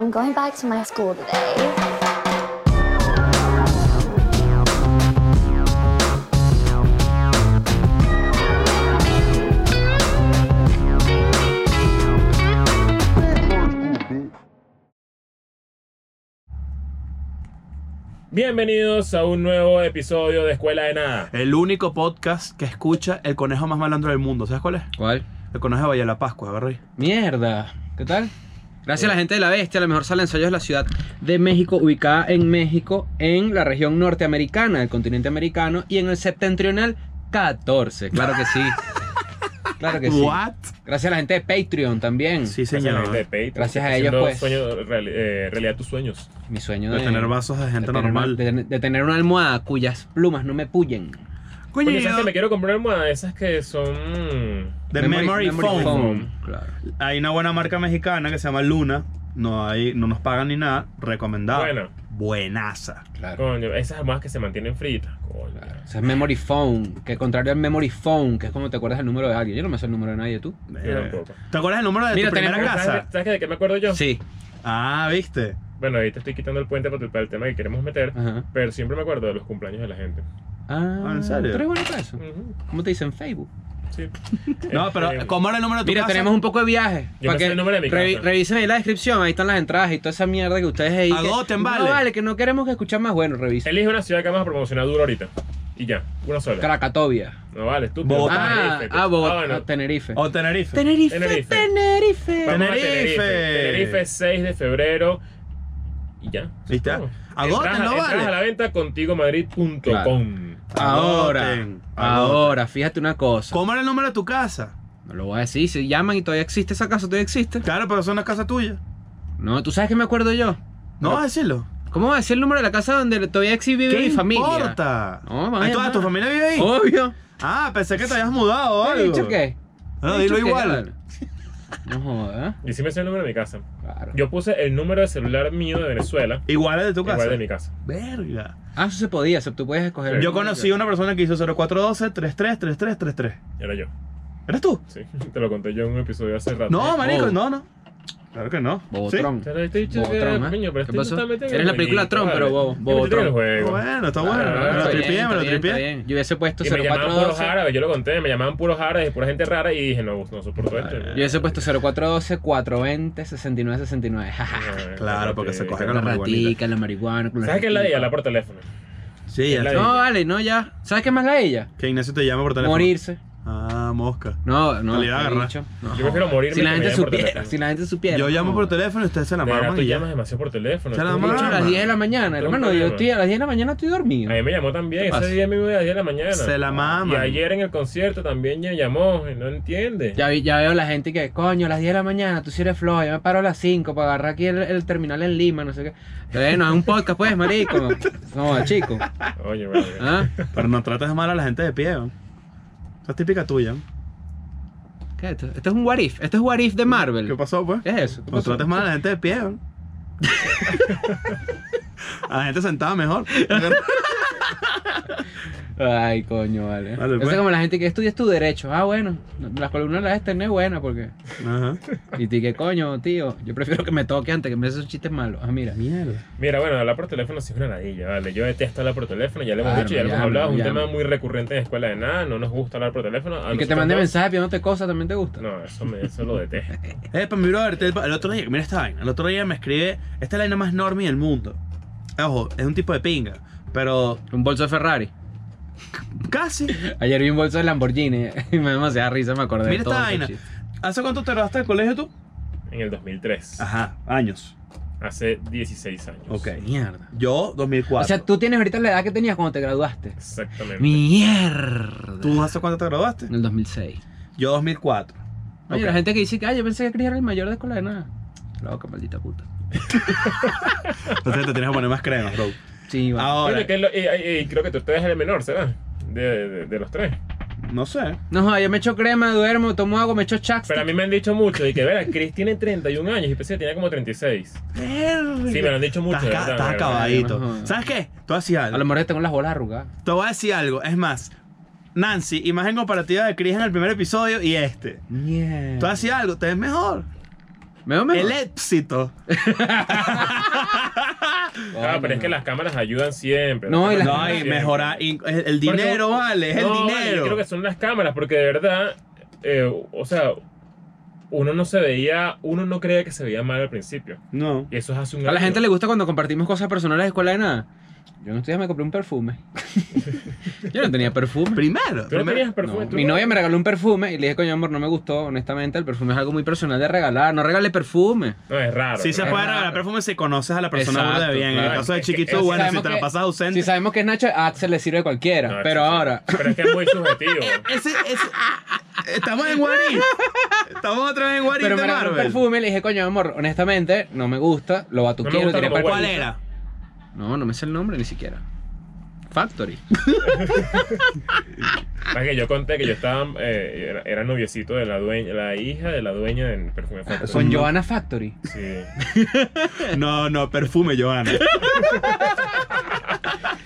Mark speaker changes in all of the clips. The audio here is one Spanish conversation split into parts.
Speaker 1: I'm going back to my school today.
Speaker 2: Bienvenidos a un nuevo episodio de Escuela de Nada.
Speaker 3: El único podcast que escucha el conejo más malandro del mundo. ¿Sabes cuál es?
Speaker 4: ¿Cuál?
Speaker 3: El conejo de Valle de la Pascua, agarra ahí.
Speaker 4: Mierda. ¿Qué tal? Gracias a
Speaker 3: Eh.
Speaker 4: la gente de La Bestia, la mejor sala de ensayos de la Ciudad de México, ubicada en México, en la región norteamericana, del continente americano, y en el septentrional 14. Claro que sí. Claro que sí.
Speaker 3: ¿What?
Speaker 4: Gracias a la gente de Patreon también.
Speaker 3: Sí,
Speaker 2: Gracias a la
Speaker 3: señor.
Speaker 2: gente de Patreon,
Speaker 4: Gracias a
Speaker 2: haciendo
Speaker 4: ellos, pues.
Speaker 2: sueño- reali- eh, realidad tus sueños.
Speaker 4: Mi sueño
Speaker 3: De
Speaker 4: de,
Speaker 3: tener vasos de
Speaker 4: de
Speaker 3: gente
Speaker 4: tener una-
Speaker 3: normal.
Speaker 4: de tener- de tener una almohada cuyas plumas no me puyen.
Speaker 3: Coño,
Speaker 2: Porque sabes que me quiero comprar una almohada de esas que son.
Speaker 3: de Memory, Foam.
Speaker 4: Claro.
Speaker 3: Hay una buena marca mexicana que se llama Luna. No, hay, no nos pagan ni nada. Recomendada.
Speaker 2: Buena.
Speaker 3: Buenaza.
Speaker 4: Claro.
Speaker 2: Coño, esas almohadas que se mantienen fritas. Coño.
Speaker 3: Ah,
Speaker 4: Claro. O sea, es memory phone, que contrario al memory phone, que es como te acuerdas el número de alguien. Yo no me sé el número de nadie, ¿tú?
Speaker 3: Eh,
Speaker 2: tampoco.
Speaker 3: ¿Te acuerdas el número de
Speaker 4: Mira,
Speaker 3: tu primera
Speaker 4: tenemos-
Speaker 2: ¿Sabes,
Speaker 3: casa?
Speaker 2: sabes que de qué me acuerdo yo?
Speaker 4: Sí.
Speaker 3: Ah, viste.
Speaker 2: Bueno, ahí te estoy quitando el puente para tu- para el tema que queremos meter.
Speaker 4: Ajá.
Speaker 2: Pero siempre me acuerdo de los cumpleaños de la gente.
Speaker 4: Ah,
Speaker 3: Ah, ¿en serio?
Speaker 4: ¿Tú eres bueno para eso?
Speaker 2: Ujú,
Speaker 4: ¿Cómo te dicen Facebook?
Speaker 2: Sí.
Speaker 3: No,
Speaker 2: Este,
Speaker 3: pero ¿cómo era el número de tu
Speaker 4: Mira,
Speaker 3: casa?
Speaker 4: tenemos un poco de viaje.
Speaker 2: Yo me sé el nombre de mi casa.
Speaker 4: Revisen ahí la descripción, ahí están las entradas y toda esa mierda que ustedes ahí. que-
Speaker 3: Agoten,
Speaker 4: No,
Speaker 3: vale.
Speaker 4: vale, que no queremos que escuchar más. Bueno, revisen.
Speaker 2: Elige una ciudad que vamos a promocionar duro ahorita. Y ya, una sola.
Speaker 4: Caracatovia.
Speaker 2: No vale, estúpido.
Speaker 3: Bogotá.
Speaker 4: Ah,
Speaker 2: Tenerife.
Speaker 4: ah, Bogotá,
Speaker 2: bueno.
Speaker 4: Tenerife.
Speaker 3: O Tenerife.
Speaker 4: Tenerife.
Speaker 2: Tenerife.
Speaker 4: Tenerife.
Speaker 2: Vamos a
Speaker 3: Tenerife.
Speaker 2: Tenerife 6 de febrero. Y ya. eso
Speaker 3: ¿Viste?
Speaker 2: es todo.
Speaker 3: Agoten,
Speaker 2: Entradas-
Speaker 3: no
Speaker 2: entradas
Speaker 3: vale.
Speaker 2: a la venta contigo madrid.com.
Speaker 4: Ahora,
Speaker 3: Agoten, agoten.
Speaker 4: ahora, fíjate una cosa.
Speaker 3: ¿Cómo era el número de tu casa?
Speaker 4: No lo voy a decir, si llaman y todavía existe esa casa, todavía existe.
Speaker 3: Claro, pero eso no es casa tuya.
Speaker 4: No, tú sabes que me acuerdo yo.
Speaker 3: No vas a decirlo.
Speaker 4: ¿Cómo va a decir el número de la casa donde todavía exhibe
Speaker 3: ¿Qué
Speaker 4: mi familia?
Speaker 3: importa?
Speaker 4: No, vamos a
Speaker 3: Ay, ¿Toda
Speaker 4: llamar.
Speaker 3: tu familia vive ahí?
Speaker 4: Obvio.
Speaker 3: Ah, pensé que te habías mudado o
Speaker 4: ¿Te he
Speaker 3: algo.
Speaker 4: dicho qué?
Speaker 3: No,
Speaker 4: ¿Te he dicho
Speaker 3: Ah, dilo
Speaker 4: qué,
Speaker 3: igual.
Speaker 4: vale? No jodas.
Speaker 2: Y sí me sé el número de mi casa.
Speaker 4: Claro.
Speaker 2: Yo puse el número de celular mío de Venezuela.
Speaker 3: Igual es de tu casa.
Speaker 2: Igual de mi casa.
Speaker 3: Verga.
Speaker 4: Ah, eso se podía, o sea, tú puedes escoger. el
Speaker 3: Yo
Speaker 4: número.
Speaker 3: conocí a una persona que hizo 0412-333333.
Speaker 2: Era yo.
Speaker 3: ¿Eres tú?
Speaker 2: Sí. Te lo conté yo en un episodio hace rato.
Speaker 3: No, marico,
Speaker 4: Oh.
Speaker 3: no, no. Claro que no.
Speaker 4: Bobotrón.
Speaker 2: Te lo he dicho que-
Speaker 4: Bobotrón, ¿eh?
Speaker 2: coño, pero este
Speaker 4: ¿Qué
Speaker 2: estoy
Speaker 4: pasó?
Speaker 2: justamente en
Speaker 4: Eres la
Speaker 2: el
Speaker 4: película
Speaker 2: jueguito,
Speaker 4: Tron,
Speaker 2: vale.
Speaker 4: pero bobo-
Speaker 2: Yo me metí en el
Speaker 4: Bobotrón.
Speaker 3: Sí.
Speaker 2: juego.
Speaker 3: Bueno, está
Speaker 2: Claro,
Speaker 3: Ah, bueno.
Speaker 2: claro,
Speaker 3: Me lo
Speaker 2: está bien,
Speaker 3: tripié, me lo tripié.
Speaker 4: Yo hubiese puesto
Speaker 2: Y me llamaban puros
Speaker 4: 0412.
Speaker 2: árabes, yo lo conté, me llamaban puros árabes y pura gente rara y dije, no, no soporto esto.
Speaker 4: Yo hubiese puesto 0412 420 6969. Jajaja.
Speaker 3: Claro, porque se
Speaker 2: coge
Speaker 3: coge con
Speaker 4: la
Speaker 3: la marihuana.
Speaker 4: ratica, la marihuana. con la
Speaker 2: ¿Sabes qué es la de
Speaker 4: ratica.
Speaker 2: ella? Hablar por teléfono.
Speaker 3: Sí, ya
Speaker 2: Es la
Speaker 3: está.
Speaker 4: No, vale, no, ya. ¿Sabes qué es más la de ella?
Speaker 3: Que Ignacio te llame por teléfono.
Speaker 4: Morirse.
Speaker 3: Ah, mosca.
Speaker 4: No, no.
Speaker 3: Le iba a
Speaker 4: he
Speaker 3: agarrar.
Speaker 4: dicho. No.
Speaker 2: Yo prefiero morirme
Speaker 4: Si la
Speaker 2: que me
Speaker 4: gente
Speaker 2: llamen por
Speaker 4: supiera,
Speaker 2: teléfono.
Speaker 4: si la gente supiera.
Speaker 3: Yo llamo
Speaker 4: No.
Speaker 3: por teléfono y ustedes se la
Speaker 2: De verdad,
Speaker 3: maman
Speaker 2: tú
Speaker 3: y
Speaker 2: llamas
Speaker 3: ya.
Speaker 2: demasiado por teléfono.
Speaker 3: Ya la
Speaker 2: tú-
Speaker 4: De hecho, a las
Speaker 3: Mamá.
Speaker 4: 10 de la mañana,
Speaker 2: Tengo un
Speaker 4: hermano. Yo
Speaker 2: problema.
Speaker 4: estoy a las 10 de la mañana estoy dormido.
Speaker 2: A mí me llamó también,
Speaker 4: ¿Qué
Speaker 2: ese
Speaker 4: pasa?
Speaker 2: día mismo de las 10 de la mañana.
Speaker 3: Se la
Speaker 2: Y
Speaker 3: maman.
Speaker 2: ayer en el concierto también me llamó, y no entiende.
Speaker 4: Ya, vi- ya veo la gente que, coño, a las 10 de la mañana, tú si eres flojo, yo me paro a las 5 para agarrar aquí el, el terminal en Lima, no sé qué. Bueno, es un podcast, pues, marico. No, chico.
Speaker 2: Oye, bueno,
Speaker 4: ¿Ah?
Speaker 3: Pero no trates mal a la gente de pie, ¿no? Esa es típica tuya. ¿no?
Speaker 4: ¿Qué es esto? Esto es un what if. Esto es what if de Marvel.
Speaker 3: ¿Qué pasó, pues?
Speaker 4: ¿Qué es eso? ¿Qué
Speaker 3: No
Speaker 4: pasó?
Speaker 3: trates mal a la gente de pie, ¿no? A la gente sentada mejor.
Speaker 4: Ay, coño, vale.
Speaker 3: Vale,
Speaker 4: Eso
Speaker 3: pues.
Speaker 4: es como la gente que estudia tu derecho. Ah, bueno, las columnas las tener buenas porque.
Speaker 3: Ajá.
Speaker 4: Y ti que coño, tío, yo prefiero que me toque antes que me haces esos chistes malos. Ah, mira.
Speaker 3: Mierda.
Speaker 2: Mira, bueno, hablar por teléfono sí es una ladilla, vale. Yo detesto hablar por teléfono, ya lo hemos
Speaker 4: Claro,
Speaker 2: dicho, ya lo
Speaker 4: me
Speaker 2: hemos hablado, es un
Speaker 4: llama, me
Speaker 2: tema
Speaker 4: llama.
Speaker 2: muy recurrente en escuela de nada, no nos gusta hablar por teléfono. a
Speaker 4: Y que te
Speaker 2: nosotros
Speaker 4: mande
Speaker 2: dos-
Speaker 4: mensajes pidiéndote cosas también te gusta.
Speaker 2: No, eso, me, eso lo detesto.
Speaker 3: Epa, mi brother, te- el otro día, mira esta vaina. El otro día me escribe, esta es la vaina más normie del mundo. Ojo, es un tipo de pinga. Pero
Speaker 4: Un bolso de Ferrari.
Speaker 3: casi.
Speaker 4: Ayer vi un bolso de Lamborghini y me da demasiada risa, me acordé
Speaker 3: Mira
Speaker 4: de todo.
Speaker 3: esta
Speaker 4: ese
Speaker 3: vaina.
Speaker 4: chiste.
Speaker 3: ¿Hace cuánto te grabaste del colegio tú?
Speaker 2: En el 2003,
Speaker 4: Ah.
Speaker 3: Ajá, años.
Speaker 2: hace 16 años.
Speaker 3: Ok.
Speaker 4: Mierda.
Speaker 3: Yo, 2004.
Speaker 4: O sea, tú tienes ahorita la edad que tenías cuando te graduaste.
Speaker 2: Exactamente.
Speaker 4: Mierda.
Speaker 3: ¿Tú hace cuánto te graduaste?
Speaker 4: En el 2006.
Speaker 3: Yo, 2004.
Speaker 4: Oye,
Speaker 3: Ok.
Speaker 4: la gente que dice que, ay, yo pensé que Chris era el mayor de escuela de nada. Loca, maldita puta.
Speaker 3: Entonces te tienes que poner más crema, bro.
Speaker 4: Sí, va.
Speaker 3: Ahora,
Speaker 2: Coño, que es lo- y, y- y creo que tú te el menor, ¿será? De, de- de los tres.
Speaker 3: no sé.
Speaker 4: No, joda, yo me echo crema, duermo, tomo agua, me echo chats.
Speaker 2: Pero a mí me han dicho mucho y que, verá, Chris tiene 31 años y pensé que tenía como 36. Sí, me lo han dicho mucho.
Speaker 3: Estás,
Speaker 2: de
Speaker 3: ca-
Speaker 2: verdad,
Speaker 3: estás
Speaker 2: de verdad.
Speaker 3: acabadito.
Speaker 4: Ajá.
Speaker 3: ¿Sabes qué? Te voy a decir
Speaker 4: A lo
Speaker 3: algo.
Speaker 4: mejor tengo las bolas arrugadas.
Speaker 3: Te voy a decir algo. Es más, Nancy, imagen comparativa de Chris en el primer episodio y este. Te voy a
Speaker 4: Mierda.
Speaker 3: decir algo. Te ves mejor.
Speaker 4: Me veo mejor.
Speaker 3: El éxito.
Speaker 2: Ah, pero es que las cámaras ayudan siempre.
Speaker 4: No, y las-
Speaker 3: No, y mejorar. in- El el dinero, vale, es el
Speaker 2: No, vale, yo
Speaker 3: dinero.
Speaker 2: creo que son las cámaras, porque de verdad, eh, o sea, uno no se veía, uno no creía que se veía mal al principio.
Speaker 3: No.
Speaker 2: Y eso es hace un
Speaker 4: A la
Speaker 2: año.
Speaker 4: gente le gusta cuando compartimos cosas personales de escuela de nada. Yo en estos días me compré un perfume. Yo no tenía perfume.
Speaker 3: Primero.
Speaker 2: ¿Tú no
Speaker 3: primero.
Speaker 2: tenías perfume?
Speaker 4: No,
Speaker 2: ¿Tú
Speaker 4: Mi
Speaker 2: no?
Speaker 4: novia me regaló un perfume y le dije, coño, amor, no me gustó, honestamente. El perfume es algo muy personal de regalar. No regale perfume.
Speaker 2: No, es raro.
Speaker 3: Sí se
Speaker 2: ¿no?
Speaker 4: Claro.
Speaker 3: puede regalar perfume si conoces a la persona
Speaker 4: Exacto,
Speaker 3: burda de bien. En el
Speaker 4: claro.
Speaker 3: caso de
Speaker 2: Es que-
Speaker 3: Chiquito,
Speaker 2: es-
Speaker 3: bueno, si
Speaker 4: sabemos
Speaker 3: te la
Speaker 4: que-
Speaker 3: pasas
Speaker 4: Si
Speaker 3: ausente.
Speaker 4: sabemos que es Nacho, a Axel le sirve cualquiera.
Speaker 2: No,
Speaker 4: pero
Speaker 2: sí, sí.
Speaker 4: ahora,
Speaker 2: Pero es que es muy subjetivo.
Speaker 3: Ese, ese- estamos en Guarín. Estamos otra vez en Guarín
Speaker 4: pero
Speaker 3: de
Speaker 4: me regaló un
Speaker 3: Marvel.
Speaker 4: perfume y le dije, coño, amor, honestamente, no me gusta. Lo
Speaker 2: No me
Speaker 4: batuquero,
Speaker 2: gusta
Speaker 4: tiene par-
Speaker 2: como
Speaker 3: ¿Cuál era?
Speaker 4: No, no me sé el nombre ni siquiera. Factory.
Speaker 2: Es que yo conté que yo estaba, eh, era, era noviecito de la dueña, la hija de la dueña del perfume Factory.
Speaker 4: Con
Speaker 3: Mm.
Speaker 4: Johanna Factory.
Speaker 2: Sí.
Speaker 3: No, no, perfume, Johanna.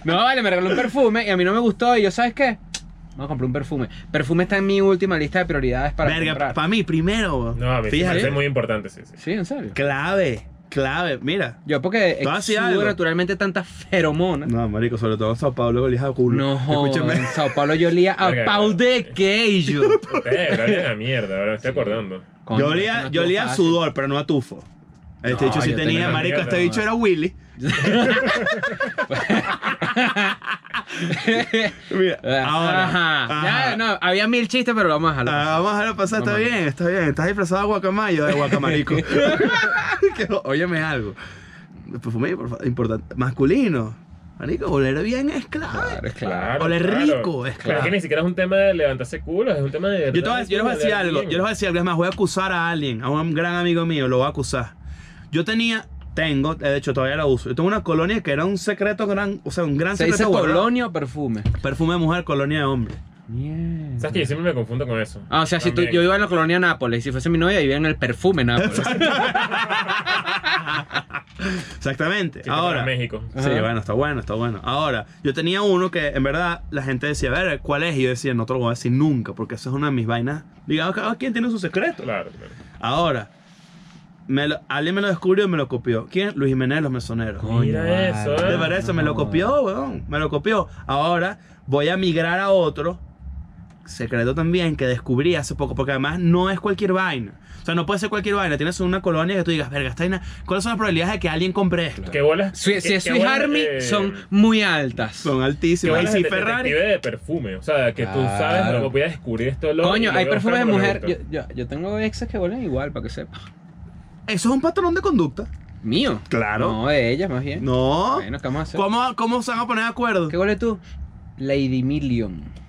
Speaker 4: No, vale, me regaló un perfume y a mí no me gustó. Y yo, ¿sabes qué? Vamos a comprar un perfume. Perfume está en mi última lista de prioridades para
Speaker 3: Verga,
Speaker 4: comprar.
Speaker 3: para mí, primero.
Speaker 2: No, a mí sí me
Speaker 3: Fíjate.
Speaker 2: parece muy importante, sí, sí.
Speaker 4: sí, en serio.
Speaker 3: Clave, clave. Mira.
Speaker 4: Yo porque
Speaker 3: ¿Tú hacías algo?
Speaker 4: exudo naturalmente tantas feromonas. No.
Speaker 3: No, marico, sobre todo en Sao Paulo, el hija culo.
Speaker 4: No, joder, en Sao Paulo yo olía a
Speaker 2: Verga.
Speaker 4: pau de queijo.
Speaker 2: Ustedes, la una mierda, ahora me estoy acordando.
Speaker 4: Coño,
Speaker 3: Yo
Speaker 4: eso no
Speaker 3: olía,
Speaker 4: es
Speaker 3: yo
Speaker 4: tan
Speaker 3: olía a
Speaker 4: fácil.
Speaker 3: sudor, pero no a tufo. Este
Speaker 4: No,
Speaker 3: bicho sí
Speaker 4: yo
Speaker 3: tenía,
Speaker 4: tenía
Speaker 3: marico,
Speaker 2: mierda,
Speaker 3: este bicho
Speaker 2: no.
Speaker 3: era Willy. Mira, ahora.
Speaker 4: Eh, Ajá. Ya,
Speaker 3: Ajá.
Speaker 4: no, había mil chistes, pero lo vamos a dejarlo.
Speaker 3: Ah, vamos a dejarlo pasar,
Speaker 4: No,
Speaker 3: está
Speaker 4: marico.
Speaker 3: bien, está bien. Estás disfrazado de guacamayo, de guacamarico. Que, Óyeme algo. Perfume por favor, importante. Masculino. Marico, oler bien es clave.
Speaker 4: Claro, es claro.
Speaker 2: Claro.
Speaker 3: Oler
Speaker 2: claro.
Speaker 3: rico es
Speaker 2: Pero es
Speaker 3: clave.
Speaker 2: que ni siquiera es un tema de levantarse culos, es un tema de.
Speaker 3: Yo, te voy a- yo les voy a decir algo, yo les voy a decir algo, es más, voy a acusar a alguien, a un gran amigo mío, lo voy a acusar. Yo tenía, tengo, de hecho todavía la uso, yo tengo una colonia que era un secreto gran, o sea, un gran
Speaker 4: Se dice
Speaker 3: secreto guardado.
Speaker 4: colonia o perfume.
Speaker 3: Perfume de mujer, colonia de hombre.
Speaker 4: Mierda.
Speaker 2: Sabes que yo siempre me confundo con eso.
Speaker 4: Ah, o sea, si tú,
Speaker 2: También.
Speaker 4: yo iba a la colonia Nápoles, si fuese mi novia, vivía en el perfume Nápoles.
Speaker 3: Exactamente.
Speaker 2: Sí, que
Speaker 3: Ahora,
Speaker 2: para México.
Speaker 3: Sí,
Speaker 4: Ajá.
Speaker 3: bueno, está bueno, está bueno. Ahora, yo tenía uno que en verdad la gente decía, a ver, ¿cuál es? Y yo decía, no te lo voy a decir nunca, porque eso es una de mis vainas. Digamos, cada quien tiene su secreto.
Speaker 2: Claro, claro.
Speaker 3: Ahora, me lo- alguien me lo descubrió y me lo copió. ¿Quién? Luis Jiménez de los Mesoneros.
Speaker 2: Coño, Mira
Speaker 4: vale.
Speaker 2: eso, ¿eh?
Speaker 3: ¿Te parece? Me lo copió, weón. Me lo copió. Ahora voy a migrar a otro secreto también que descubrí hace poco, porque además no es cualquier vaina. O sea, no puede ser cualquier vaina. Tienes una colonia que tú digas, verga, esta vaina, ¿cuáles son las probabilidades de que alguien compre esto?
Speaker 2: ¿Qué bolas?
Speaker 4: Si,
Speaker 2: qué-
Speaker 4: si es
Speaker 2: qué
Speaker 4: Swiss
Speaker 2: bolas,
Speaker 4: Army,
Speaker 2: eh,
Speaker 4: son muy altas.
Speaker 3: Son
Speaker 2: ¿Qué
Speaker 3: altísimas. Y
Speaker 2: bolas
Speaker 3: si
Speaker 2: de
Speaker 3: Ferrari.
Speaker 2: detective de perfume? O sea, que tú sabes,
Speaker 4: Claro.
Speaker 2: pero voy a descubrir esto olor y
Speaker 4: Coño,
Speaker 2: lo
Speaker 4: hay
Speaker 2: voy a buscar
Speaker 4: perfumes de
Speaker 2: porque me
Speaker 4: mujer. Yo,
Speaker 2: gusta.
Speaker 4: yo- yo tengo exes que huelen igual, para que sepa.
Speaker 3: Eso es un patrón de conducta.
Speaker 4: Mío.
Speaker 3: Claro.
Speaker 4: No, de ellas más bien.
Speaker 3: No.
Speaker 4: ¿Eh? Bueno, ¿qué vamos a hacer?
Speaker 3: ¿Cómo, ¿Cómo se van a poner de acuerdo?
Speaker 4: ¿Qué huele tú? Lady Million.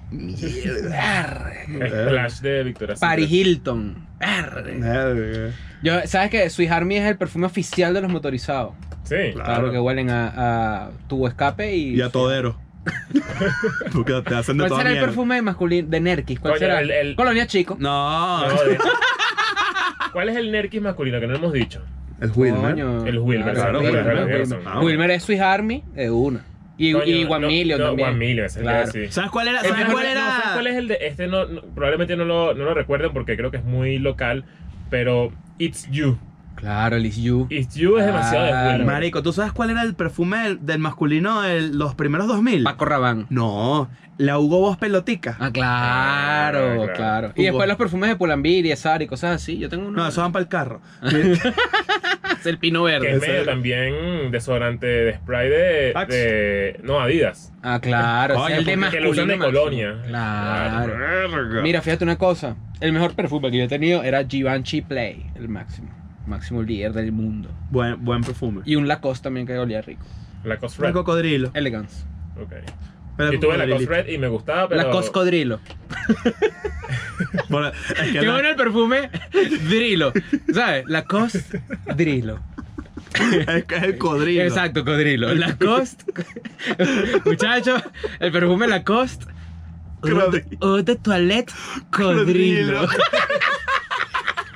Speaker 2: Splash de Victoria
Speaker 4: Paris Hilton. Arre.
Speaker 3: Verga.
Speaker 4: Yo, ¿Sabes qué? Swiss Army es el perfume oficial de los motorizados.
Speaker 2: Sí.
Speaker 3: Claro.
Speaker 4: Claro, que huelen a, a tubo escape y.
Speaker 3: Y a todero. Porque te hacen de
Speaker 4: ¿Cuál
Speaker 3: toda
Speaker 4: será el
Speaker 3: mierda.
Speaker 4: perfume masculino de Nerkis? ¿Cuál
Speaker 2: Coño,
Speaker 4: será?
Speaker 2: el- el-
Speaker 4: Colonia Chico.
Speaker 3: No.
Speaker 2: No, de- ¿Cuál es el nerquis masculino que no hemos dicho?
Speaker 3: El Wilmer.
Speaker 4: Coño,
Speaker 2: El Wilmer,
Speaker 4: claro,
Speaker 3: claro,
Speaker 4: Wilmer,
Speaker 3: Wilmer,
Speaker 4: Wilmer.
Speaker 3: Wilmer.
Speaker 4: Ah, Wilmer es Swiss Army de una. Y,
Speaker 2: Coño,
Speaker 4: y One
Speaker 2: no,
Speaker 4: Million
Speaker 2: no,
Speaker 4: también.
Speaker 2: One Million, ese es el
Speaker 4: Claro.
Speaker 2: que sí.
Speaker 3: ¿Sabes cuál era?
Speaker 2: El
Speaker 3: ¿Sabes
Speaker 2: mejor-
Speaker 3: cuál
Speaker 2: no,
Speaker 3: era?
Speaker 2: ¿sabes cuál es el de este? No, no, probablemente no lo, no lo recuerden porque creo que es muy local, pero It's You.
Speaker 4: Claro, el Is You.
Speaker 2: It's You es demasiado de
Speaker 4: Claro.
Speaker 2: Wilmer.
Speaker 3: Marico, ¿tú sabes cuál era el perfume del, del masculino de los primeros 2000?
Speaker 4: Paco Rabanne.
Speaker 3: No, la Hugo Boss pelotica.
Speaker 4: Ah, claro,
Speaker 2: Ah, claro.
Speaker 4: claro. Y
Speaker 3: Hugo.
Speaker 4: después los perfumes de Pulambir y Esar y cosas así. Yo tengo uno.
Speaker 3: No, eso van para el carro.
Speaker 4: es el pino
Speaker 2: Que
Speaker 4: verde.
Speaker 2: es medio también desodorante de spray de,
Speaker 3: Axe.
Speaker 2: de- No, Adidas.
Speaker 4: Ah, claro. ese
Speaker 3: Coño,
Speaker 4: es el de
Speaker 3: porque
Speaker 2: Que lo usan
Speaker 4: masculino.
Speaker 2: de
Speaker 4: máximo.
Speaker 2: colonia.
Speaker 4: Claro.
Speaker 3: Verga.
Speaker 4: Mira, fíjate una cosa. El mejor perfume que yo he tenido era Givenchy Play, el máximo. Máximo líder del mundo.
Speaker 3: Buen, buen perfume.
Speaker 4: Y Eh, un Lacoste también que olía rico.
Speaker 2: La Cost
Speaker 3: El
Speaker 2: Red.
Speaker 3: cocodrilo.
Speaker 4: Elegance.
Speaker 2: Ok.
Speaker 3: Pero
Speaker 2: Yo tuve la Cost
Speaker 3: cocodrilito.
Speaker 2: Red y me gustaba, pero.
Speaker 4: Lacoste Codrilo.
Speaker 3: Bueno, es que
Speaker 4: Qué
Speaker 3: la-
Speaker 4: bueno el perfume Drilo. ¿Sabes? Lacoste Drilo.
Speaker 3: es que es el codrilo.
Speaker 4: Exacto, Codrilo. Lacoste. Muchachos, el perfume Lacoste. Eau de- Eau de toilette Codrilo.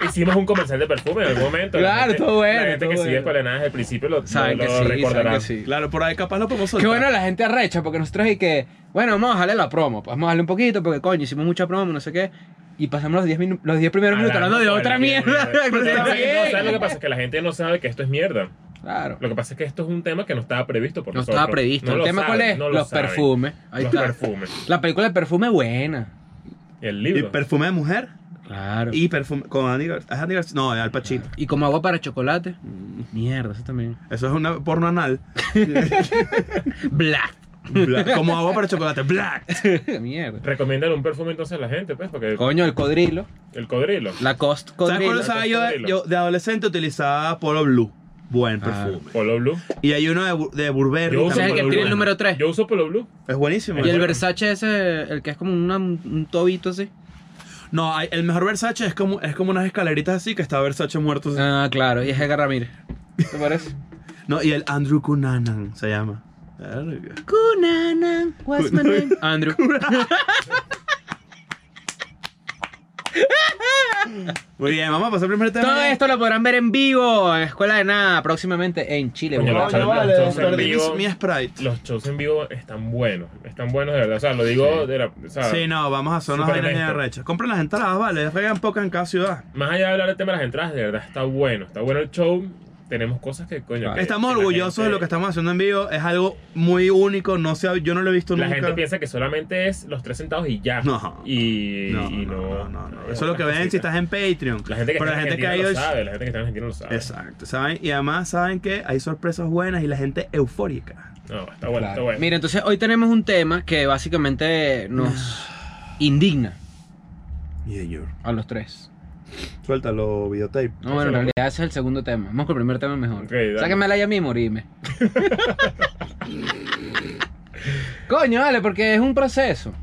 Speaker 2: Hicimos un comercial de perfume en algún momento.
Speaker 4: Claro,
Speaker 2: La gente-
Speaker 4: todo bueno,
Speaker 2: La gente
Speaker 4: todo
Speaker 2: que sigue
Speaker 4: bueno.
Speaker 2: Espalenadas al principio lo,
Speaker 4: Saben
Speaker 2: lo
Speaker 4: que sí, saben
Speaker 2: recordarán.
Speaker 4: que sí.
Speaker 3: Claro, por ahí capaz lo podemos
Speaker 4: Qué
Speaker 3: soltar.
Speaker 4: bueno la gente arrecha, porque nosotros y que, bueno, vamos a darle la promo, pues, vamos a darle un poquito, porque coño, hicimos mucha promo, no sé qué. y pasamos los 10 minu- los 10 primeros
Speaker 2: A
Speaker 4: minutos
Speaker 2: la-
Speaker 4: hablando de
Speaker 2: a la
Speaker 4: otra mierda.
Speaker 2: Pero
Speaker 4: Está
Speaker 2: ¿sabes qué? No,
Speaker 4: bien.
Speaker 2: ¿sabes lo que pasa? Es que la gente no sabe que esto es mierda.
Speaker 4: Claro.
Speaker 2: Lo que pasa es que esto es un tema que no estaba previsto por
Speaker 4: No
Speaker 2: nosotros.
Speaker 4: estaba previsto.
Speaker 2: No
Speaker 4: ¿El
Speaker 2: lo
Speaker 4: tema cuál
Speaker 2: saben,
Speaker 4: es?
Speaker 2: no lo
Speaker 4: los
Speaker 2: saben.
Speaker 4: perfumes. Ahí
Speaker 2: los
Speaker 4: está.
Speaker 2: perfumes.
Speaker 4: La película de perfume es buena.
Speaker 2: Y el
Speaker 3: Y
Speaker 2: libro.
Speaker 3: perfume de mujer
Speaker 4: Claro. Y,
Speaker 3: y perfume con Andy Gar- ¿es Andy García. No, Al Pacino.
Speaker 4: como agua para chocolate. Mm, Mierda, eso también.
Speaker 3: Eso es una porno anal.
Speaker 4: Black.
Speaker 3: Black. Como agua para chocolate. Black.
Speaker 4: Mierda.
Speaker 2: Recomiendan un perfume entonces a la gente, pues, porque
Speaker 4: Coño, el codrilo.
Speaker 2: el codrilo.
Speaker 4: La cost
Speaker 3: ¿Sabes
Speaker 4: codrilo.
Speaker 3: cuál usaba yo? de- yo de adolescente utilizaba Polo Blue. Buen
Speaker 4: Ah.
Speaker 3: perfume.
Speaker 2: Polo Blue.
Speaker 3: Y hay uno de, Bu- de Burberry.
Speaker 4: Ese
Speaker 2: Yo
Speaker 4: es
Speaker 2: uso
Speaker 4: el que
Speaker 2: Polo
Speaker 4: tiene
Speaker 2: Blue.
Speaker 4: el número 3.
Speaker 2: Yo uso Polo Blue.
Speaker 3: Es buenísimo.
Speaker 4: Y el
Speaker 2: Bueno.
Speaker 4: Versace ese, el que es como una- un tobito así.
Speaker 3: No, hay- el mejor Versace es como, es como unas escaleritas así que está Versace muerto. así.
Speaker 4: Ah, claro, y es Edgar Ramírez. ¿Te parece?
Speaker 3: No, y el Andrew Cunanan se llama. Verga.
Speaker 4: Kunana, what's my name? Andrew.
Speaker 3: Muy bien, vamos a pasar primero tema.
Speaker 4: Todo
Speaker 3: ya.
Speaker 4: esto lo podrán ver en vivo en Escuela de Nada próximamente en Chile.
Speaker 2: Coño,
Speaker 4: Bogotá.
Speaker 2: Chale,
Speaker 3: Coño, vale,
Speaker 2: entonces,
Speaker 3: perdí
Speaker 2: vivo.
Speaker 3: mi, mi Sprite.
Speaker 2: Los shows en vivo están buenos. Están buenos de verdad. O sea, lo digo de la. o sea,
Speaker 3: Sí, no, vamos a hacer unas
Speaker 2: Super
Speaker 3: vainas bien
Speaker 2: honesto.
Speaker 3: arrechas. Compren las entradas, vale. Regan pocas en cada ciudad.
Speaker 2: Más allá de hablar del tema de las entradas, de verdad está bueno. Está bueno el show. Tenemos cosas que, coño. que-
Speaker 3: Estamos
Speaker 2: que la
Speaker 3: orgullosos
Speaker 2: gente-
Speaker 3: de lo que estamos haciendo en vivo. Es algo muy único. No sé, yo no lo he visto
Speaker 2: La
Speaker 3: nunca.
Speaker 2: gente piensa que solamente es los tres centavos y ya.
Speaker 3: No.
Speaker 2: Y y
Speaker 3: no,
Speaker 2: no.
Speaker 3: no, no, no, no.
Speaker 2: hay
Speaker 3: Eso es lo
Speaker 2: otras
Speaker 3: que ven si
Speaker 2: cositas.
Speaker 3: estás en Patreon.
Speaker 2: La gente que está
Speaker 3: Pero la
Speaker 2: en
Speaker 3: gente que ha
Speaker 2: Argentina
Speaker 3: ido.
Speaker 2: lo sabe, la gente que está en Argentina lo sabe.
Speaker 3: Exacto, ¿saben? Y además saben que hay sorpresas buenas y la gente eufórica.
Speaker 2: No, está bueno, está
Speaker 4: Claro.
Speaker 2: bueno.
Speaker 4: Mira, entonces hoy tenemos un tema que básicamente nos indigna
Speaker 3: Y ellos.
Speaker 4: a los tres.
Speaker 3: Suéltalo, videotape.
Speaker 4: No, bueno, en realidad ese es el segundo tema. Vamos con el primer tema mejor.
Speaker 2: Ok, dale.
Speaker 4: Sáquenmela ya mismo, morime. Coño, vale, porque es un proceso.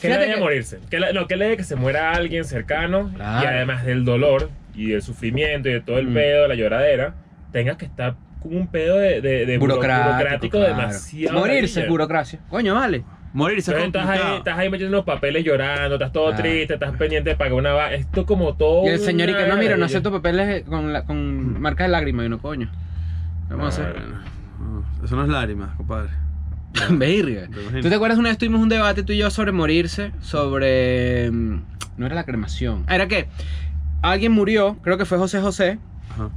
Speaker 2: Que le
Speaker 4: Fíjate
Speaker 2: haya
Speaker 4: que-
Speaker 2: morirse. Que le, no, que le dé que se muera alguien cercano.
Speaker 4: Claro.
Speaker 2: Y además del dolor y del sufrimiento y de todo el
Speaker 4: Mm.
Speaker 2: pedo, de la lloradera, tengas que estar con un pedo de, de, de buro-
Speaker 4: Burocrático.
Speaker 2: burocrático
Speaker 4: claro.
Speaker 2: demasiado.
Speaker 4: Morirse,
Speaker 2: ladilla.
Speaker 4: burocracia. Coño, vale.
Speaker 3: Morirse es
Speaker 2: Entonces estás ahí,
Speaker 3: complicado.
Speaker 2: estás ahí metiendo los papeles llorando, estás todo
Speaker 4: Claro.
Speaker 2: triste, estás pendiente de pagar una. va- Esto como todo.
Speaker 4: Y el señor y que no, mira, no
Speaker 2: sé
Speaker 4: acepto papeles eh, con, la- con marcas de lágrimas. Y no, coño. ¿Qué
Speaker 3: Ah,
Speaker 4: Vamos a hacer.
Speaker 3: No, Ah, Eso no es lágrimas, compadre.
Speaker 4: Verga.
Speaker 3: Te imagino.
Speaker 4: ¿Tú te acuerdas una vez tuvimos un debate tú y yo sobre morirse? Sobre. mm, No era la cremación. Ah, Era que alguien murió, creo que fue José José,
Speaker 3: Ajá.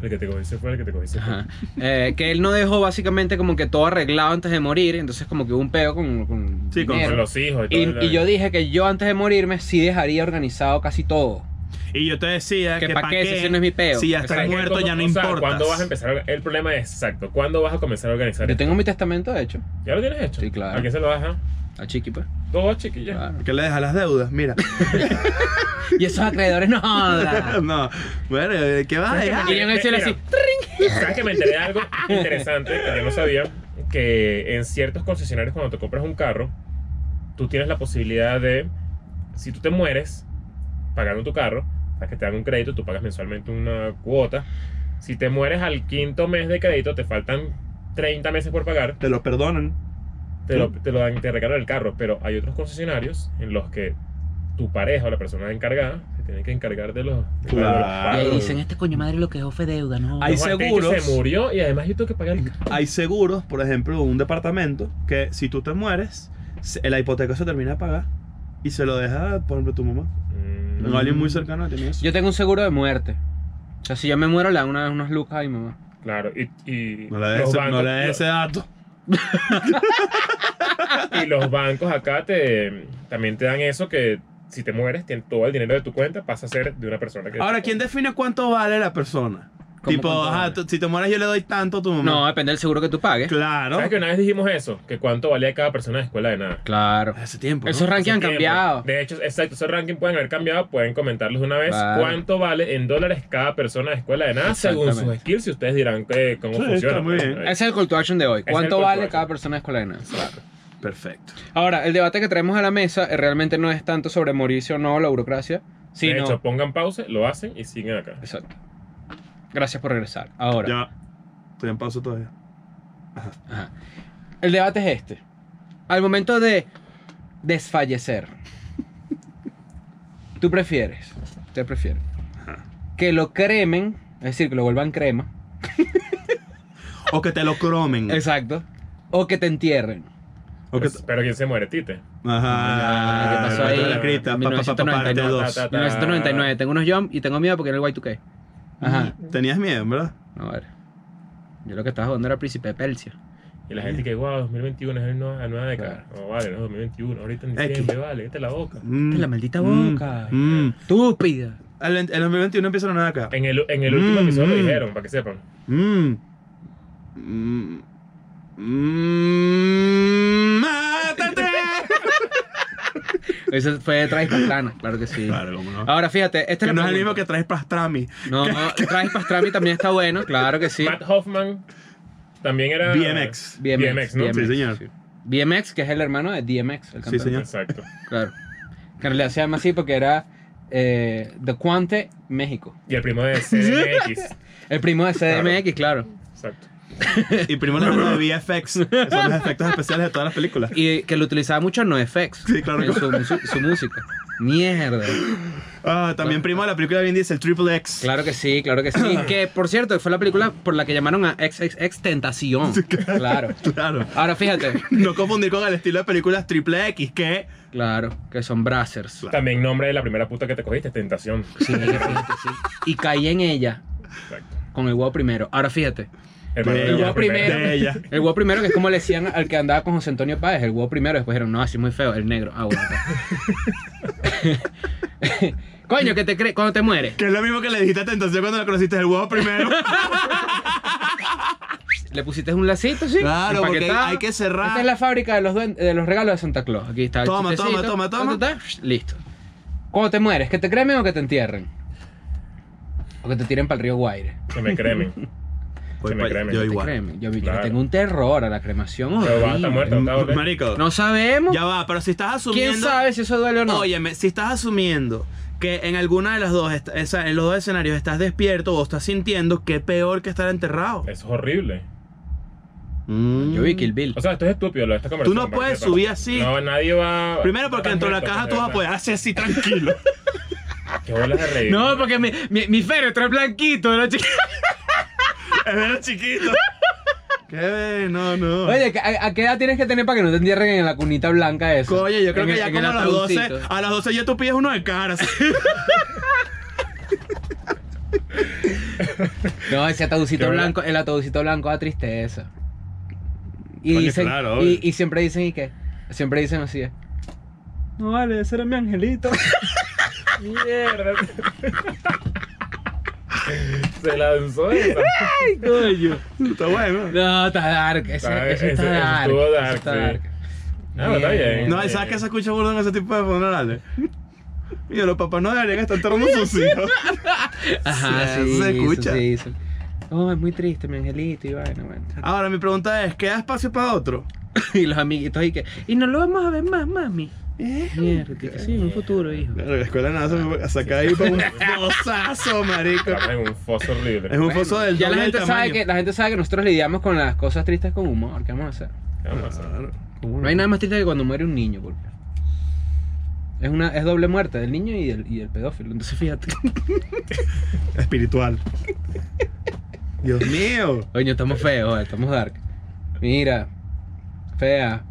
Speaker 2: El que te cogiste fue el que te cogiste. fue.
Speaker 4: Ajá. Eh, que él no dejó básicamente como que todo arreglado antes de morir, entonces como que hubo un peo con... con
Speaker 3: Sí,
Speaker 2: Con
Speaker 3: con-
Speaker 4: dinero.
Speaker 2: los hijos. todo el-
Speaker 4: y, y yo dije que yo antes de morirme sí dejaría organizado casi todo.
Speaker 3: Y yo te decía
Speaker 4: Que
Speaker 3: que,
Speaker 4: pa'
Speaker 3: pa'
Speaker 4: qué, si ese no es mi peo.
Speaker 3: Si ya estás
Speaker 2: ¿Sabes qué?
Speaker 3: muerto,
Speaker 2: ¿Cómo-
Speaker 3: ya no
Speaker 2: o sea,
Speaker 3: importa.
Speaker 2: ¿Cuándo vas a empezar? El problema es exacto. ¿Cuándo vas a comenzar a organizar?
Speaker 4: Yo
Speaker 2: esto?
Speaker 4: tengo mi testamento hecho.
Speaker 2: ¿Ya lo tienes hecho?
Speaker 4: Sí, claro.
Speaker 2: ¿A quién se lo vas a?
Speaker 4: A Chiqui, pues.
Speaker 2: Todo chiquilla.
Speaker 4: Claro.
Speaker 3: Que le dejas las deudas, mira.
Speaker 4: Y esos acreedores no jodan.
Speaker 3: no, bueno, ¿qué vas a dejar?
Speaker 4: Y yo en el cielo así...
Speaker 2: ¿Sabes que me enteré de algo interesante que yo no sabía? Que en ciertos concesionarios cuando te compras un carro, tú tienes la posibilidad de, si tú te mueres pagando tu carro, sabes que te dan un crédito, tú pagas mensualmente una cuota. Si te mueres al quinto mes de crédito, te faltan 30 meses por pagar,
Speaker 3: Te lo perdonan.
Speaker 2: te lo, te lo dan, te regalan el carro. Pero hay otros concesionarios en los que tu pareja o la persona encargada se tiene que encargar de los, de los
Speaker 3: Claro.
Speaker 4: Y ahí
Speaker 2: pagos.
Speaker 4: dicen, este coño madre lo que dejó fue deuda, ¿no?
Speaker 3: Hay
Speaker 2: Ojo, este
Speaker 3: seguros.
Speaker 2: que Se murió y además yo tengo que pagar el carro.
Speaker 3: Hay seguros, por ejemplo, un departamento que si tú te mueres, se- la hipoteca se termina de pagar y se lo deja, por ejemplo, tu mamá.
Speaker 2: Mm.
Speaker 3: No, alguien muy cercano a ti. eso.
Speaker 4: Yo tengo un seguro de muerte. O sea, si yo me muero le dan una- unas lucas a mi mamá.
Speaker 2: Claro, y, y
Speaker 3: No le des ese, no le des ese dato.
Speaker 2: y los bancos acá te también te dan eso que si te mueres, tien- todo el dinero de tu cuenta pasa a ser de una persona que...
Speaker 3: Ahora, ¿quién define cuánto vale la persona?
Speaker 4: ¿Cómo
Speaker 3: Tipo,
Speaker 4: cuánto
Speaker 3: ajá,
Speaker 4: vale?
Speaker 3: tú- si te mueres yo le doy tanto a tu mamá.
Speaker 4: No, depende del seguro que tú pagues.
Speaker 3: Claro.
Speaker 2: ¿Sabes que una vez dijimos eso? Que cuánto valía cada persona de escuela de nada.
Speaker 4: Claro.
Speaker 3: Hace tiempo. ¿no?
Speaker 4: Esos rankings han
Speaker 2: Tiempo.
Speaker 4: cambiado.
Speaker 2: De hecho, exacto, esos rankings pueden haber cambiado, pueden comentarlos de una vez.
Speaker 4: Claro.
Speaker 2: ¿Cuánto vale en dólares cada persona de escuela de nada según sus
Speaker 4: Exactamente.
Speaker 2: skills? Y ustedes dirán que, cómo
Speaker 3: Sí, está
Speaker 2: funciona.
Speaker 3: muy
Speaker 2: pues,
Speaker 3: bien.
Speaker 2: ¿no?
Speaker 4: Ese es el call to action de hoy.
Speaker 2: Ese es
Speaker 4: ¿Cuánto
Speaker 2: el call to
Speaker 4: vale
Speaker 2: action.
Speaker 4: cada persona de escuela de nada?
Speaker 3: Perfecto.
Speaker 4: Ahora, el debate que traemos a la mesa eh, realmente no es tanto sobre morirse o no la burocracia,
Speaker 2: de
Speaker 4: sino...
Speaker 2: hecho, pongan pausa, lo hacen y siguen acá.
Speaker 4: Exacto. Gracias por regresar. Ahora.
Speaker 3: Ya. Estoy en pausa todavía.
Speaker 4: Ajá. El debate es este. Al momento de desfallecer, tú prefieres, te prefieres, que lo cremen, es decir, que lo vuelvan crema,
Speaker 3: O que te lo cromen.
Speaker 4: exacto, o que te entierren.
Speaker 3: O que-
Speaker 2: Pues, Pero ¿quién se muere, Tite?
Speaker 3: Ajá.
Speaker 4: Ah, ¿qué pasó
Speaker 3: el reto de
Speaker 4: ahí?
Speaker 3: La cripta, pa, pa, pa, pa, parte
Speaker 4: 1999.
Speaker 3: dos.
Speaker 2: Ta, ta, ta.
Speaker 4: 1999. Tengo unos jump y tengo miedo porque era el Y2K. Ah. Ajá.
Speaker 3: Tenías miedo, ¿verdad?
Speaker 4: A ver. Yo lo que estaba jugando era Príncipe de Persia.
Speaker 2: Y la gente que, wow, 2021 es la nueva, la nueva década. No, vale, no es 2021. Ahorita en
Speaker 3: X.
Speaker 2: diciembre, vale, vete la boca.
Speaker 3: Mm,
Speaker 4: La maldita
Speaker 3: mm,
Speaker 4: boca.
Speaker 3: mm.
Speaker 4: Estúpida.
Speaker 3: El, el 2021 empieza la nueva acá.
Speaker 2: En el, en el último
Speaker 3: Mm,
Speaker 2: episodio lo
Speaker 3: mm.
Speaker 2: dijeron, para que sepan.
Speaker 3: Mm. Mm. Mm. ¡Mátate!
Speaker 4: Ese fue Travis Pastrana, claro que sí.
Speaker 3: claro, cómo no.
Speaker 4: Ahora fíjate, este
Speaker 3: que Ah, no es el mismo que traes Pastrami.
Speaker 4: No, no, Travis Pastrami también está bueno, claro que sí.
Speaker 2: Matt Hoffman también era.
Speaker 3: BMX.
Speaker 2: BMX, ¿no?
Speaker 3: Sí, señor.
Speaker 4: BMX, que es el hermano de DMX, el
Speaker 3: Sí,
Speaker 4: cantante.
Speaker 3: señor.
Speaker 2: Exacto.
Speaker 4: Claro. Que en realidad se llama así porque era eh, The Quante México.
Speaker 2: Y el primo de CDMX.
Speaker 4: El primo de CDMX, claro.
Speaker 2: Exacto.
Speaker 3: Y primero la de VFX, que son los efectos especiales de todas las películas.
Speaker 4: Y que lo utilizaba mucho en NoFX.
Speaker 3: Sí, claro.
Speaker 4: En su, su- su música. Mierda.
Speaker 3: Ah, también primo de la película de Vin Diesel, Triple X.
Speaker 4: Claro que sí, claro que sí. Que por cierto, fue la película por la que llamaron a XXX Tentación. Claro.
Speaker 3: Claro.
Speaker 4: Ahora fíjate.
Speaker 3: No confundir con el estilo de películas Triple X, que
Speaker 4: Claro, que son Brazzers.
Speaker 2: También nombre de la primera puta que te cogiste, Tentación.
Speaker 4: Sí, sí, sí. Y caí en ella
Speaker 2: Exacto.
Speaker 4: con el huevo primero. Ahora fíjate.
Speaker 2: Hermano de
Speaker 3: Ella
Speaker 2: la primera.
Speaker 4: primero.
Speaker 3: de ella.
Speaker 4: El huevo primero, que es como le decían al que andaba con José Antonio Páez, el huevo primero, después dijeron, no, así es muy feo, el negro. Ah, bueno. está. Coño, que te crees cuando te mueres.
Speaker 3: Que es lo mismo que le dijiste a Tentación cuando la conociste, el huevo primero.
Speaker 4: Le pusiste un lacito, sí.
Speaker 3: Claro, porque
Speaker 4: empaquetado.
Speaker 3: hay que cerrar.
Speaker 4: Esta es la fábrica de los, duen- de los regalos de Santa Claus. Aquí está. el
Speaker 3: Toma,
Speaker 4: chistecito.
Speaker 3: toma, toma, toma.
Speaker 4: Ta, ta, ta. Listo. Cuando te mueres, que te cremen o que te entierren. O que te tiren para el río Guaire.
Speaker 2: Que me cremen.
Speaker 3: Voy
Speaker 2: Se me
Speaker 3: pa-
Speaker 2: cremen.
Speaker 3: Pues, Yo
Speaker 2: Te
Speaker 3: igual.
Speaker 4: Créeme, yo, yo
Speaker 2: Claro.
Speaker 4: tengo un terror a la cremación.
Speaker 2: Pero va,
Speaker 4: horrible.
Speaker 2: está muerto, está ok.
Speaker 3: Marico,
Speaker 4: No sabemos.
Speaker 3: ya va, Oh, pero si estás asumiendo.
Speaker 4: ¿Quién sabe si eso duele o no?
Speaker 3: Óyeme, si estás asumiendo que en alguna de las dos, est- esa- en los dos escenarios estás despierto o estás sintiendo, qué peor que estar enterrado.
Speaker 2: Eso es horrible.
Speaker 3: Mm.
Speaker 4: Yo vi Kill Bill.
Speaker 2: O sea, esto es estúpido lo de esta
Speaker 3: Tú
Speaker 2: conversación.
Speaker 3: no puedes
Speaker 2: para que
Speaker 3: subir
Speaker 2: sepas.
Speaker 3: así.
Speaker 2: No, nadie va.
Speaker 3: Primero porque dentro de la
Speaker 2: Perfecto,
Speaker 3: caja tú vas a
Speaker 2: perfecto.
Speaker 3: poder hacer así tranquilo.
Speaker 2: Qué bolas de reír.
Speaker 4: no, porque mi, mi, mi féretro es blanquito, ¿no, chica?
Speaker 3: es ver chiquito. Qué ver, no, no.
Speaker 4: Oye, ¿a, a qué edad tienes que tener para que no te entierren en la cunita blanca esa?
Speaker 3: Coño, yo creo
Speaker 4: En
Speaker 3: que
Speaker 4: el-
Speaker 3: ya
Speaker 4: en
Speaker 3: como
Speaker 4: el
Speaker 3: a las 12,
Speaker 4: ataúdcito.
Speaker 3: a las 12 ya tú pides uno de cara. así.
Speaker 4: No, ese ataúdcito
Speaker 2: Qué bola.
Speaker 4: blanco, el ataúdcito blanco da tristeza. Y,
Speaker 3: Coño,
Speaker 4: dicen,
Speaker 3: claro,
Speaker 4: y,
Speaker 3: obvio.
Speaker 4: y siempre dicen, ¿y qué? Siempre dicen así. No vale, ese era mi angelito.
Speaker 2: Mierda. Se lanzó esa.
Speaker 4: Ay, coño.
Speaker 3: Está bueno.
Speaker 4: No, está dark. Ese,
Speaker 2: Está-
Speaker 4: ese
Speaker 2: ese-
Speaker 4: está
Speaker 2: ese
Speaker 4: dark.
Speaker 2: estuvo
Speaker 4: ese
Speaker 2: dark,
Speaker 4: está
Speaker 2: sí.
Speaker 4: dark.
Speaker 2: Ah, pero está bien.
Speaker 3: No, ¿y sabes que se escucha burdo en ese tipo de funerales? Mira, los papás no deberían estar enterrando a sus hijos.
Speaker 4: Ajá,
Speaker 3: Sí,
Speaker 4: sí,
Speaker 3: eso se
Speaker 4: eso
Speaker 3: escucha.
Speaker 4: sí, eso. Oh, es muy triste, mi angelito, y bueno, bueno.
Speaker 3: Ahora, mi pregunta es, ¿queda espacio para otro?
Speaker 4: y los amiguitos y que. Y no lo vamos a ver más, mami. Mierda, que sí, en un futuro, hijo.
Speaker 3: Claro, la escuela nada se me saca ahí para un bozazo, marico.
Speaker 2: Estamos en un foso
Speaker 3: Es
Speaker 2: horrible.
Speaker 3: un foso del
Speaker 4: Ya
Speaker 3: doble
Speaker 4: la
Speaker 3: del
Speaker 4: gente sabe
Speaker 3: tamaño.
Speaker 4: que la gente sabe que nosotros lidiamos con las cosas tristes con humor. ¿Qué vamos a hacer?
Speaker 2: Vamos a hacer.
Speaker 3: Claro.
Speaker 4: No hay nada más triste que cuando muere un niño, porque es una es doble muerte del niño y del, y del pedófilo. Entonces fíjate.
Speaker 3: Espiritual. Dios mío.
Speaker 4: Oye, estamos feos, eh, estamos dark. Mira, fea.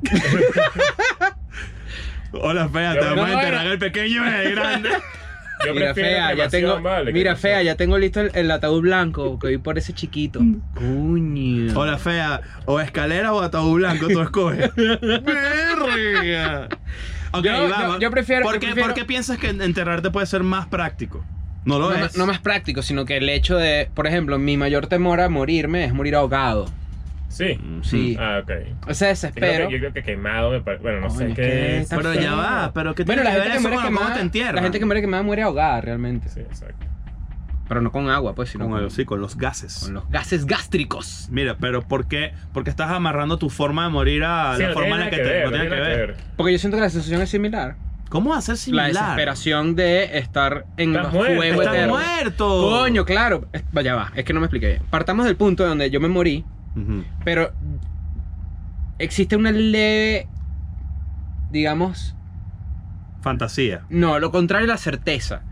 Speaker 3: Hola, fea, te
Speaker 2: No,
Speaker 3: vamos a
Speaker 4: bueno.
Speaker 3: enterrar el pequeño y el grande.
Speaker 2: Yo
Speaker 4: Mira,
Speaker 2: prefiero
Speaker 4: fea, ya
Speaker 2: cremación,
Speaker 4: tengo.
Speaker 2: vale, que
Speaker 4: mira,
Speaker 2: cremación.
Speaker 4: fea, ya tengo listo el, el ataúd blanco que voy por ese chiquito. Coño.
Speaker 3: Mm. Hola, fea, o escalera o ataúd blanco, tú escoges. ¡Verga!
Speaker 4: Yo-
Speaker 3: Ok,
Speaker 4: yo-
Speaker 3: vamos.
Speaker 4: yo prefiero-
Speaker 3: ¿Por
Speaker 4: yo
Speaker 3: qué,
Speaker 4: prefiero-
Speaker 3: por qué piensas que enterrarte puede ser más práctico? No lo
Speaker 4: no, ma-
Speaker 3: es.
Speaker 4: no más práctico, sino que el hecho de, por ejemplo, mi mayor temor a morirme es morir ahogado.
Speaker 2: Sí.
Speaker 3: Mm,
Speaker 4: Sí.
Speaker 2: Ah, ok. Yo
Speaker 4: O sea,
Speaker 2: creo,
Speaker 4: desespero.
Speaker 2: que, yo creo que quemado me parece. Bueno, no
Speaker 4: Coño, es
Speaker 2: sé
Speaker 4: que
Speaker 2: qué es.
Speaker 4: está
Speaker 3: Pero ya va, pero ¿qué
Speaker 4: Bueno,
Speaker 3: tiene
Speaker 4: la gente
Speaker 3: que ver
Speaker 4: que
Speaker 3: eso
Speaker 4: muere
Speaker 3: con cómo
Speaker 4: quemada,
Speaker 3: te entierran?
Speaker 4: la gente que muere quemada muere ahogada realmente.
Speaker 2: Sí, exacto.
Speaker 4: Pero no con agua, pues, sino
Speaker 3: Con
Speaker 4: con,
Speaker 3: el- sí, con los gases.
Speaker 4: con los gases gástricos.
Speaker 3: Mira, pero ¿por qué? Porque estás amarrando tu forma de morir a
Speaker 2: Sí,
Speaker 3: Ah, la
Speaker 2: no
Speaker 3: forma
Speaker 2: tiene
Speaker 3: en la
Speaker 2: nada
Speaker 3: que te. no tiene que ver.
Speaker 4: Porque yo siento que la sensación es similar.
Speaker 3: ¿Cómo hacer
Speaker 4: La
Speaker 3: similar?
Speaker 4: desesperación de estar en
Speaker 2: Estás
Speaker 4: fuego
Speaker 2: muerto.
Speaker 3: ¡Estás
Speaker 4: eterno.
Speaker 3: muerto!
Speaker 4: Coño, claro. Es- Vaya va, es que no me expliqué bien. Partamos del punto donde yo me morí,
Speaker 3: Ujú.
Speaker 4: pero existe una leve, digamos,
Speaker 3: Fantasía.
Speaker 4: no, lo contrario a la certeza.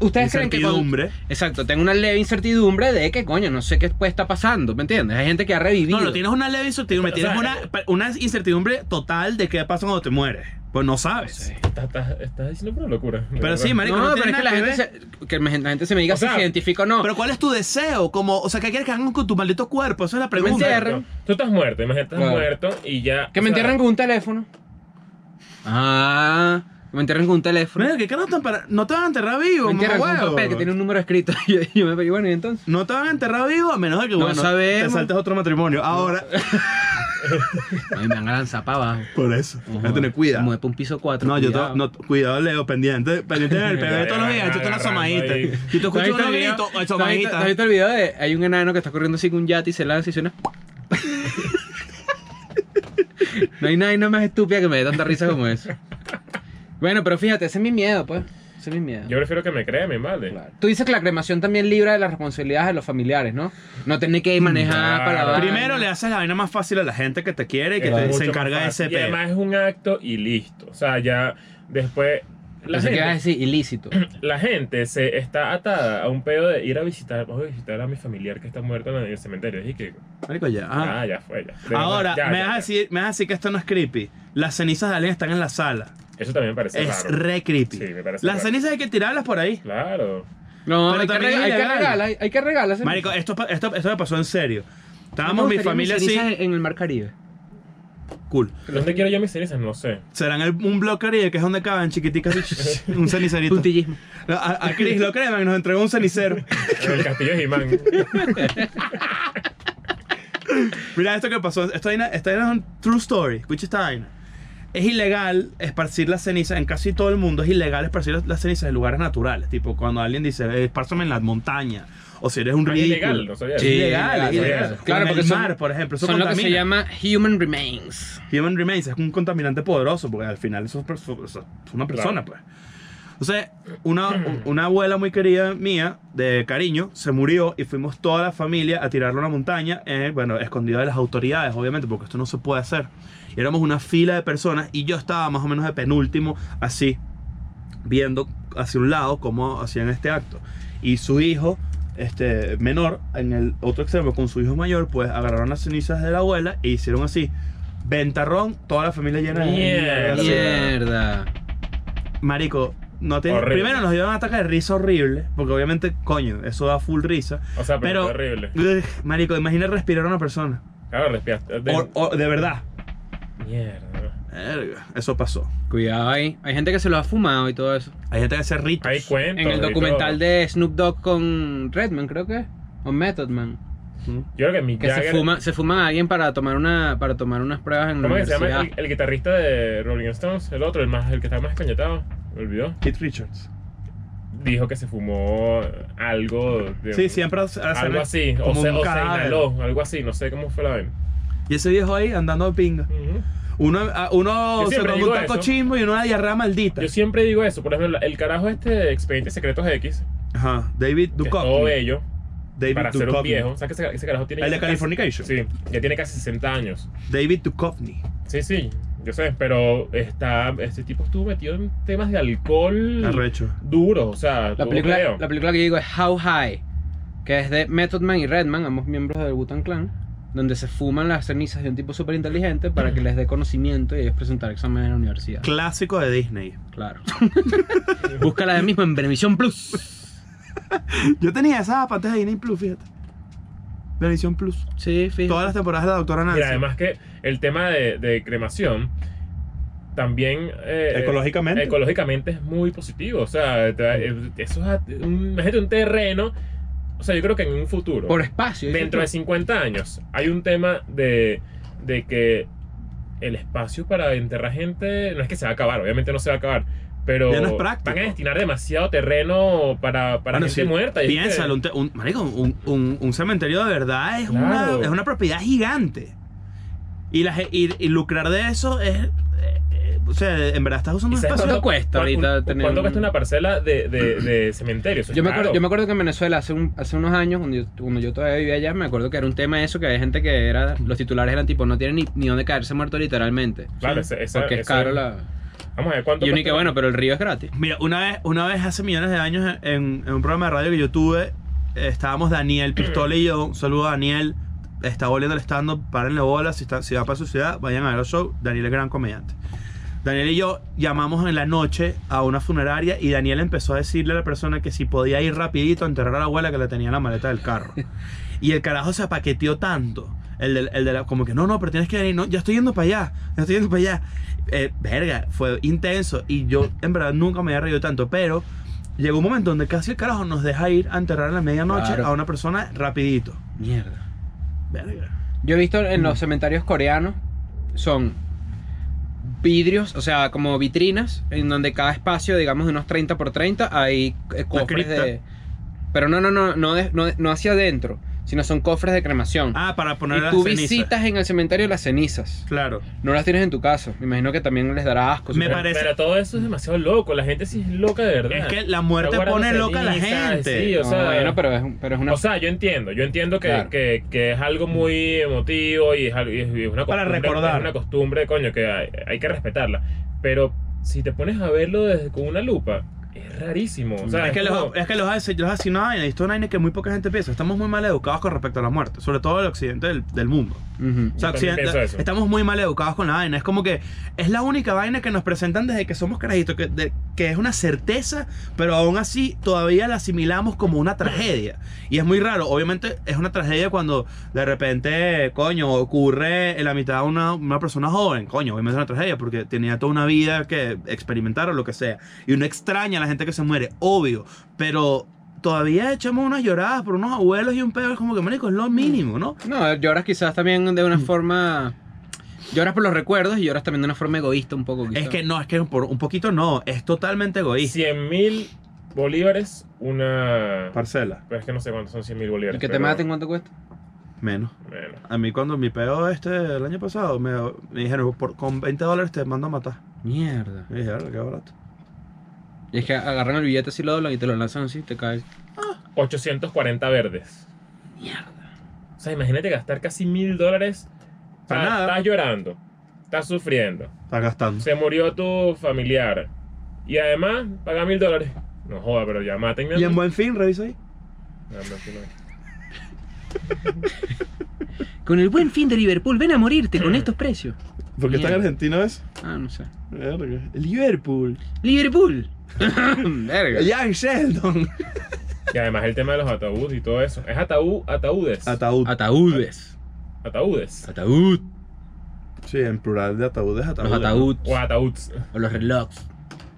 Speaker 4: Ustedes creen que cuando-
Speaker 3: Incertidumbre.
Speaker 4: Exacto, tengo una leve incertidumbre de que, coño, no sé qué puede estar pasando, ¿me entiendes? Hay gente que ha revivido.
Speaker 3: No, no, tienes una leve incertidumbre.
Speaker 2: O sea, eh,
Speaker 3: Tienes una, una incertidumbre total de qué pasa cuando te mueres. Pues no sabes.
Speaker 2: Estás, estás- estás diciendo una locura.
Speaker 3: Pero sí, marico,
Speaker 4: no,
Speaker 3: no,
Speaker 4: pero
Speaker 3: tiene
Speaker 4: es que la
Speaker 3: nada
Speaker 4: gente,
Speaker 3: que ver.
Speaker 4: se, que me- la gente se me diga
Speaker 2: O
Speaker 4: si
Speaker 2: sea,
Speaker 4: se identifica o no.
Speaker 3: Pero ¿cuál es tu deseo? Como, o sea, ¿qué quieres que hagan con tu maldito cuerpo? Esa es la
Speaker 4: Me
Speaker 3: pregunta.
Speaker 4: encierro.
Speaker 2: Exacto. Tú estás muerto, imagínate, estás
Speaker 4: Claro.
Speaker 2: muerto y ya.
Speaker 4: que me
Speaker 2: o sea,
Speaker 4: entierren con un teléfono. Ah, que me entierren con un teléfono.
Speaker 3: Mira, ¿qué carajo tan para- No te van a enterrar vivo,
Speaker 4: me entierran con un
Speaker 3: mamahuevo.
Speaker 4: papel que tiene un número escrito. Y yo, yo me pedí, bueno, ¿y entonces?
Speaker 3: No te van a enterrar vivo a menos de que
Speaker 4: No
Speaker 3: bueno, te
Speaker 4: sabemos.
Speaker 3: saltes otro matrimonio. Ahora,
Speaker 4: A mí me van a lanzar para abajo.
Speaker 3: por eso. Hay que tener
Speaker 4: Me
Speaker 3: cuidado.
Speaker 4: mueve para un piso 4.
Speaker 3: No, yo te, no, cuidado, Leo, pendiente, pendiente del PB todos los días, échate
Speaker 2: Agarrando
Speaker 3: una asomadita.
Speaker 2: ahí.
Speaker 3: Si tú escuchas unos gritos, asomadita.
Speaker 4: ¿Has visto el video de hay un enano que está corriendo así con un yate y se lanza y suena? no hay nadie más estúpida que me dé tanta risa como eso. Bueno, pero fíjate, ese es mi miedo, pues. Ese es mi miedo.
Speaker 2: Yo prefiero que me crea mi madre.
Speaker 4: Claro. Tú dices que la cremación también libra de las responsabilidades de los familiares, ¿no? No tener que manejar
Speaker 2: Claro.
Speaker 4: para...
Speaker 3: Primero le haces la vaina más fácil a la gente que te quiere y que
Speaker 2: Es
Speaker 3: te-
Speaker 2: mucho
Speaker 3: se encarga de
Speaker 2: más
Speaker 3: ese
Speaker 2: fácil. Y
Speaker 3: pedo.
Speaker 2: además es un acto y listo. O sea, ya después. La
Speaker 4: Pensé que ibas a
Speaker 2: gente,
Speaker 4: decir ilícito.
Speaker 2: la gente se está atada a un pedo de ir a visitar, voy a visitar a mi familiar que está muerto en el cementerio. Y que,
Speaker 3: Marico, ya. ah.
Speaker 2: ah, ya fue, ya. De
Speaker 3: Ahora,
Speaker 2: verdad, ya,
Speaker 3: me,
Speaker 2: ya,
Speaker 3: vas a
Speaker 2: ya.
Speaker 3: decir, me vas a decir que esto no es creepy. Las cenizas de alguien están en la sala.
Speaker 2: Eso también me parece
Speaker 3: es
Speaker 2: raro.
Speaker 3: re creepy.
Speaker 2: Sí, me parece
Speaker 3: Las
Speaker 2: raro.
Speaker 3: cenizas hay que tirarlas por ahí.
Speaker 2: Claro.
Speaker 4: No,
Speaker 3: Pero
Speaker 4: hay que,
Speaker 3: también es
Speaker 4: rega- hay que
Speaker 3: ilegal.
Speaker 4: regalar, hay que regalar.
Speaker 3: Marico, esto, pa- esto, esto me pasó en serio. Estábamos mi familia así.
Speaker 4: En el Mar Caribe.
Speaker 3: Cool.
Speaker 2: ¿Dónde quiero yo mis cenizas? No sé.
Speaker 3: Serán el- un bloquerío que es donde caben chiquiticas. así, un cenicerito.
Speaker 4: Puntillismo.
Speaker 3: A, a Chris lo creman y nos entregó un cenicero.
Speaker 2: En el castillo de Jimán.
Speaker 3: Mira esto que pasó. Esta vaina, esta vaina es un true story. Escucha esta vaina. Es ilegal esparcir las cenizas. En casi todo el mundo es ilegal esparcir las- las cenizas en lugares naturales. Tipo, cuando alguien dice, "Eh, espárzame en las montañas. O si eres un
Speaker 2: Ah, es
Speaker 3: ridículo.
Speaker 2: ilegal, no sabía.
Speaker 3: Es
Speaker 4: Sí,
Speaker 3: ilegal, es
Speaker 4: ilegal,
Speaker 3: ilegal.
Speaker 2: ilegal.
Speaker 4: Claro,
Speaker 3: Claro, porque
Speaker 4: porque
Speaker 3: el
Speaker 4: son-
Speaker 3: mar, por ejemplo, eso
Speaker 4: Son lo que se
Speaker 3: contamina.
Speaker 4: llama human remains.
Speaker 3: Human Remains es un contaminante poderoso, porque al final eso es, perso- eso es una persona, pues. O sea, una, una abuela muy querida mía, de cariño, se murió y fuimos toda la familia a tirarlo a una montaña, eh, bueno, escondida de las autoridades, obviamente, porque esto no se puede hacer. Y éramos una fila de personas y yo estaba más o menos de penúltimo, así, viendo hacia un lado cómo hacían este acto. Y su hijo, este menor, en el otro extremo con su hijo mayor, pues agarraron las cenizas de la abuela e hicieron así. Ventarrón, toda la familia llena de...
Speaker 2: Mierda.
Speaker 3: Sí.
Speaker 4: Mierda.
Speaker 3: Marico, no te...
Speaker 2: Horrible.
Speaker 3: primero nos dio un ataque de risa horrible, porque obviamente, coño, eso da full risa.
Speaker 2: O sea, pero,
Speaker 3: Pero-
Speaker 2: es horrible.
Speaker 3: Ugh, marico, imagina respirar a una persona.
Speaker 2: Claro, respiraste.
Speaker 3: De,
Speaker 2: De...
Speaker 3: de verdad.
Speaker 2: Mierda.
Speaker 3: Verga, Eso pasó.
Speaker 4: Cuidado ahí. Hay gente que se lo ha fumado y todo eso.
Speaker 3: Hay gente que hace ritos.
Speaker 2: Hay cuentos.
Speaker 4: Pues, En el
Speaker 2: y
Speaker 4: documental
Speaker 2: todo.
Speaker 4: de Snoop Dogg con Redman, creo que. O Method Man.
Speaker 2: Yo creo que mi
Speaker 4: Que se fuma, se fuman a alguien para tomar una, para tomar unas pruebas en la
Speaker 2: ¿Cómo que se llama?
Speaker 4: universidad.
Speaker 2: El, el guitarrista de Rolling Stones, el otro, el más, el que está más escañetado, me olvidó.
Speaker 3: Keith Richards.
Speaker 2: Dijo que se fumó algo de.
Speaker 3: Sí, siempre hace
Speaker 2: Algo así, o,
Speaker 3: como
Speaker 2: se,
Speaker 3: un
Speaker 2: o se
Speaker 3: cadáver.
Speaker 2: inhaló, algo así, no sé cómo fue la vaina.
Speaker 3: Y ese viejo ahí andando de pinga.
Speaker 2: Ujú.
Speaker 3: Uno, a- uno
Speaker 2: Yo
Speaker 3: se
Speaker 2: siempre
Speaker 3: come un
Speaker 2: digo
Speaker 3: taco
Speaker 2: eso.
Speaker 3: chimbo y uno una diarrea maldita.
Speaker 2: Yo siempre digo eso, por ejemplo, el carajo este de Expedientes Secretos X,
Speaker 3: Ajá, David
Speaker 2: que es todo
Speaker 3: Duchovny.
Speaker 2: bello,
Speaker 3: David
Speaker 2: para ser un
Speaker 3: Duchovny.
Speaker 2: viejo, ¿sabes que ese, ese carajo tiene
Speaker 3: El de
Speaker 2: ya casi-
Speaker 3: Californication.
Speaker 2: Sí, ya tiene casi 60 años.
Speaker 3: David Duchovny.
Speaker 2: Sí, sí, yo sé, pero está, este tipo estuvo metido en temas de alcohol
Speaker 3: Arrecho.
Speaker 2: duro, o sea,
Speaker 4: La
Speaker 2: tuvo
Speaker 4: película,
Speaker 2: pedo.
Speaker 4: la película que digo es How High, que es de Method Man y Redman, ambos miembros del Wu-Tang Clan, donde se fuman las cenizas de un tipo súper inteligente para que les dé conocimiento y ellos presentar exámenes en la universidad.
Speaker 3: Clásico de Disney.
Speaker 4: Claro. Búscala de mismo en Benevisión Plus.
Speaker 3: Yo tenía esas zapatas de Disney Plus, fíjate. Benedición Plus.
Speaker 4: Sí, fíjate.
Speaker 3: Todas las temporadas de la doctora Nancy.
Speaker 2: Mira, además que el tema de, de cremación también eh,
Speaker 3: Ecológicamente.
Speaker 2: ecológicamente es muy positivo. O sea, te da- eh, eso es a- un- imagínate un terreno. O sea, yo creo que en un futuro,
Speaker 4: Por espacio. dices
Speaker 2: dentro
Speaker 4: tú.
Speaker 2: de 50 años, hay un tema de, de que el espacio para enterrar gente no es que se va a acabar, obviamente no se va a acabar. Pero
Speaker 3: Ya no es
Speaker 2: van
Speaker 3: práctico.
Speaker 2: a destinar demasiado terreno para, para
Speaker 3: Bueno,
Speaker 2: gente
Speaker 3: sí,
Speaker 2: muerta. y es que-
Speaker 3: Piénsalo, un, te- un- marico, un, un- un cementerio de verdad es,
Speaker 2: Claro.
Speaker 3: una, es una propiedad gigante. Y, la, ge- y, y lucrar de eso es. eh, eh, o sea, en verdad estás usando
Speaker 2: ¿Y
Speaker 3: un
Speaker 2: sabes
Speaker 3: espacio.
Speaker 4: cuánto cuesta
Speaker 2: cuán-
Speaker 4: ahorita
Speaker 2: un-
Speaker 4: tener
Speaker 2: ¿Cuánto
Speaker 4: un-
Speaker 2: cuesta una parcela de, de, de cementerio? Eso es
Speaker 4: Yo me, acuerdo,
Speaker 2: caro.
Speaker 4: yo me acuerdo que en Venezuela hace, un- hace unos años, cuando yo, cuando yo todavía vivía allá, me acuerdo que era un tema eso, que había gente que era, los titulares eran tipo, no tienen ni, ni dónde caerse muerto literalmente.
Speaker 2: Claro, ese- esa-
Speaker 4: porque es
Speaker 2: esa-
Speaker 4: caro la...
Speaker 2: Vamos a ver cuánto.
Speaker 4: Y uno y
Speaker 2: cuesta
Speaker 4: que bueno, pero el río es gratis.
Speaker 3: Mira, una vez, una vez hace millones de años en, en un programa de radio que yo tuve, eh, estábamos Daniel Pistola y yo. Un saludo a Daniel. Está volviendo el stand-up, párenle bola. Si, está, si va para su ciudad, vayan a ver el show. Daniel es gran comediante. Daniel y yo llamamos en la noche a una funeraria y Daniel empezó a decirle a la persona que si podía ir rapidito a enterrar a la abuela que le tenía en la maleta del carro. Y el carajo se apaqueteó tanto. El de, el de la, como que no, no, pero tienes que venir. No, ya estoy yendo para allá. Ya estoy yendo para allá. Eh, verga, fue intenso. Y yo, en verdad, nunca me había reído tanto. Pero llegó un momento donde casi el carajo nos deja ir a enterrar a la medianoche
Speaker 4: Claro.
Speaker 3: a una persona rapidito.
Speaker 4: Mierda.
Speaker 3: Verga.
Speaker 4: Yo he visto en los cementerios coreanos, son vidrios, o sea, como vitrinas, en donde cada espacio, digamos, de unos 30 por 30, hay eh, cofres
Speaker 3: cripta.
Speaker 4: de... Pero no, no, no, no, de- no, no hacia adentro, sino son cofres de cremación.
Speaker 3: Ah, para poner
Speaker 4: y
Speaker 3: las
Speaker 4: tú
Speaker 3: cenizas.
Speaker 4: visitas en el cementerio las cenizas.
Speaker 3: Claro.
Speaker 4: No las tienes en tu casa. Me imagino que también les dará asco.
Speaker 3: Me
Speaker 4: supongo.
Speaker 3: parece-
Speaker 2: Pero todo eso es demasiado loco. La gente sí es loca de verdad.
Speaker 3: Es que la
Speaker 2: Está
Speaker 3: muerte
Speaker 2: guardando
Speaker 3: pone loca a la
Speaker 2: cenizas,
Speaker 3: gente.
Speaker 2: sí, o
Speaker 4: No,
Speaker 2: sea-
Speaker 4: bueno, pero es, un- pero es una...
Speaker 2: O sea, yo entiendo, yo entiendo que,
Speaker 4: Claro.
Speaker 2: que, que es algo muy emotivo y es, al- y es- y es una
Speaker 3: Para
Speaker 2: costumbre,
Speaker 3: recordar.
Speaker 2: es una costumbre, coño, que hay, hay que respetarla. Pero si te pones a verlo desde con una lupa, es rarísimo. O sea,
Speaker 3: es, que
Speaker 2: es
Speaker 3: los,
Speaker 2: como-
Speaker 3: es que los hace- los hace una vaina, y esto es una vaina que muy poca gente piensa. Estamos muy mal educados con respecto a la muerte, sobre todo el occidente del, del mundo.
Speaker 4: Ujú.
Speaker 3: O sea,
Speaker 2: Yo también
Speaker 3: occidente-
Speaker 2: pienso eso.
Speaker 3: estamos muy mal educados con la vaina. Es como que es la única vaina que nos presentan desde que somos carajitos, que, de- que es una certeza, pero aún así todavía la asimilamos como una tragedia. Y es muy raro. Obviamente es una tragedia cuando de repente, coño, ocurre en la mitad una, una persona joven. Coño, obviamente es una tragedia porque tenía toda una vida que experimentar o lo que sea. Y uno extraña a la gente que se muere, obvio. Pero todavía echamos unas lloradas por unos abuelos y un pedo. Es como que, marico, es lo mínimo, ¿no?
Speaker 4: No, lloras quizás también de una
Speaker 3: Mm.
Speaker 4: forma... Lloras por los recuerdos y lloras también de una forma egoísta un poco. quizás.
Speaker 3: Es que no, es que por un poquito no, es totalmente egoísta.
Speaker 2: 100 mil bolívares, una...
Speaker 3: Parcela.
Speaker 2: Pues es que no sé cuántos son 100 mil bolívares.
Speaker 4: ¿Y que te
Speaker 2: pero-
Speaker 4: maten cuánto cuesta?
Speaker 3: Menos.
Speaker 2: Bueno,
Speaker 3: A mí cuando mi peo este el año pasado me, me dijeron, por, con 20 dólares te mando a matar.
Speaker 4: Mierda.
Speaker 3: Y dije, "Verga, qué barato.
Speaker 4: Y es que agarran el billete así, lo doblan y te lo lanzan así y te caes.
Speaker 2: 840 verdes.
Speaker 4: Mierda.
Speaker 2: O sea, imagínate gastar casi mil dólares. O sea,
Speaker 3: Para nada.
Speaker 2: Estás llorando, estás sufriendo,
Speaker 3: Estás gastando.
Speaker 2: se murió tu familiar y además paga mil dólares. No joda, pero ya mátenme. a
Speaker 3: Y en
Speaker 2: mí. Ah,
Speaker 3: buen fin, revisa ahí.
Speaker 2: No, no, sí, no.
Speaker 4: Con el buen fin de Liverpool, ven a morirte con estos precios.
Speaker 3: ¿Por qué está en
Speaker 4: Mierda.
Speaker 3: Argentina eso?
Speaker 4: Ah, no sé.
Speaker 3: Verga. Liverpool.
Speaker 4: ¡Liverpool! Verga.
Speaker 3: Jan Sheldon.
Speaker 2: Y además el tema de los ataúdes y todo eso. Es ataúd, ataúdes.
Speaker 3: Ataúd.
Speaker 4: Ataúdes.
Speaker 2: ataúdes.
Speaker 4: Ataúd.
Speaker 3: Sí, en plural de ataúd es ataúd.
Speaker 4: Los ataúdes.
Speaker 2: O ataúds.
Speaker 4: O los relojes.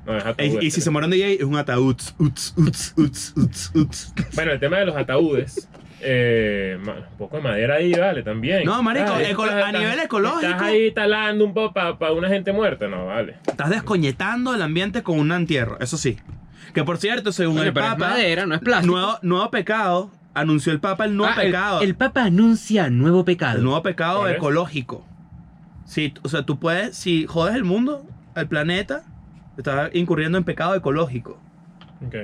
Speaker 2: No, es ataúdes.
Speaker 3: Y, y si se mueren de DJ, es un ataúd. Uts, uts, uts, uts, uts.
Speaker 2: Bueno, el tema de los ataúdes. eh, ma- un poco de madera ahí, vale, también.
Speaker 3: No, marico,
Speaker 2: Ay,
Speaker 3: eco- a nivel ecológico.
Speaker 2: Estás ahí talando un poco para una gente muerta, no, vale.
Speaker 3: Estás descoñetando el ambiente con un entierro, eso sí. Que por cierto, según
Speaker 4: Bueno,
Speaker 3: el
Speaker 4: pero es
Speaker 3: Papa,
Speaker 4: madera, no es plástico.
Speaker 3: nuevo, nuevo pecado, anunció el Papa el nuevo
Speaker 4: Ah, el-
Speaker 3: pecado.
Speaker 4: El,
Speaker 3: El,
Speaker 4: Papa anuncia nuevo pecado.
Speaker 3: nuevo pecado
Speaker 2: ¿Cuál es?
Speaker 3: ecológico. Sí, t- o sea, tú puedes, si jodes el mundo, el planeta, estás incurriendo en pecado ecológico.
Speaker 2: Ok.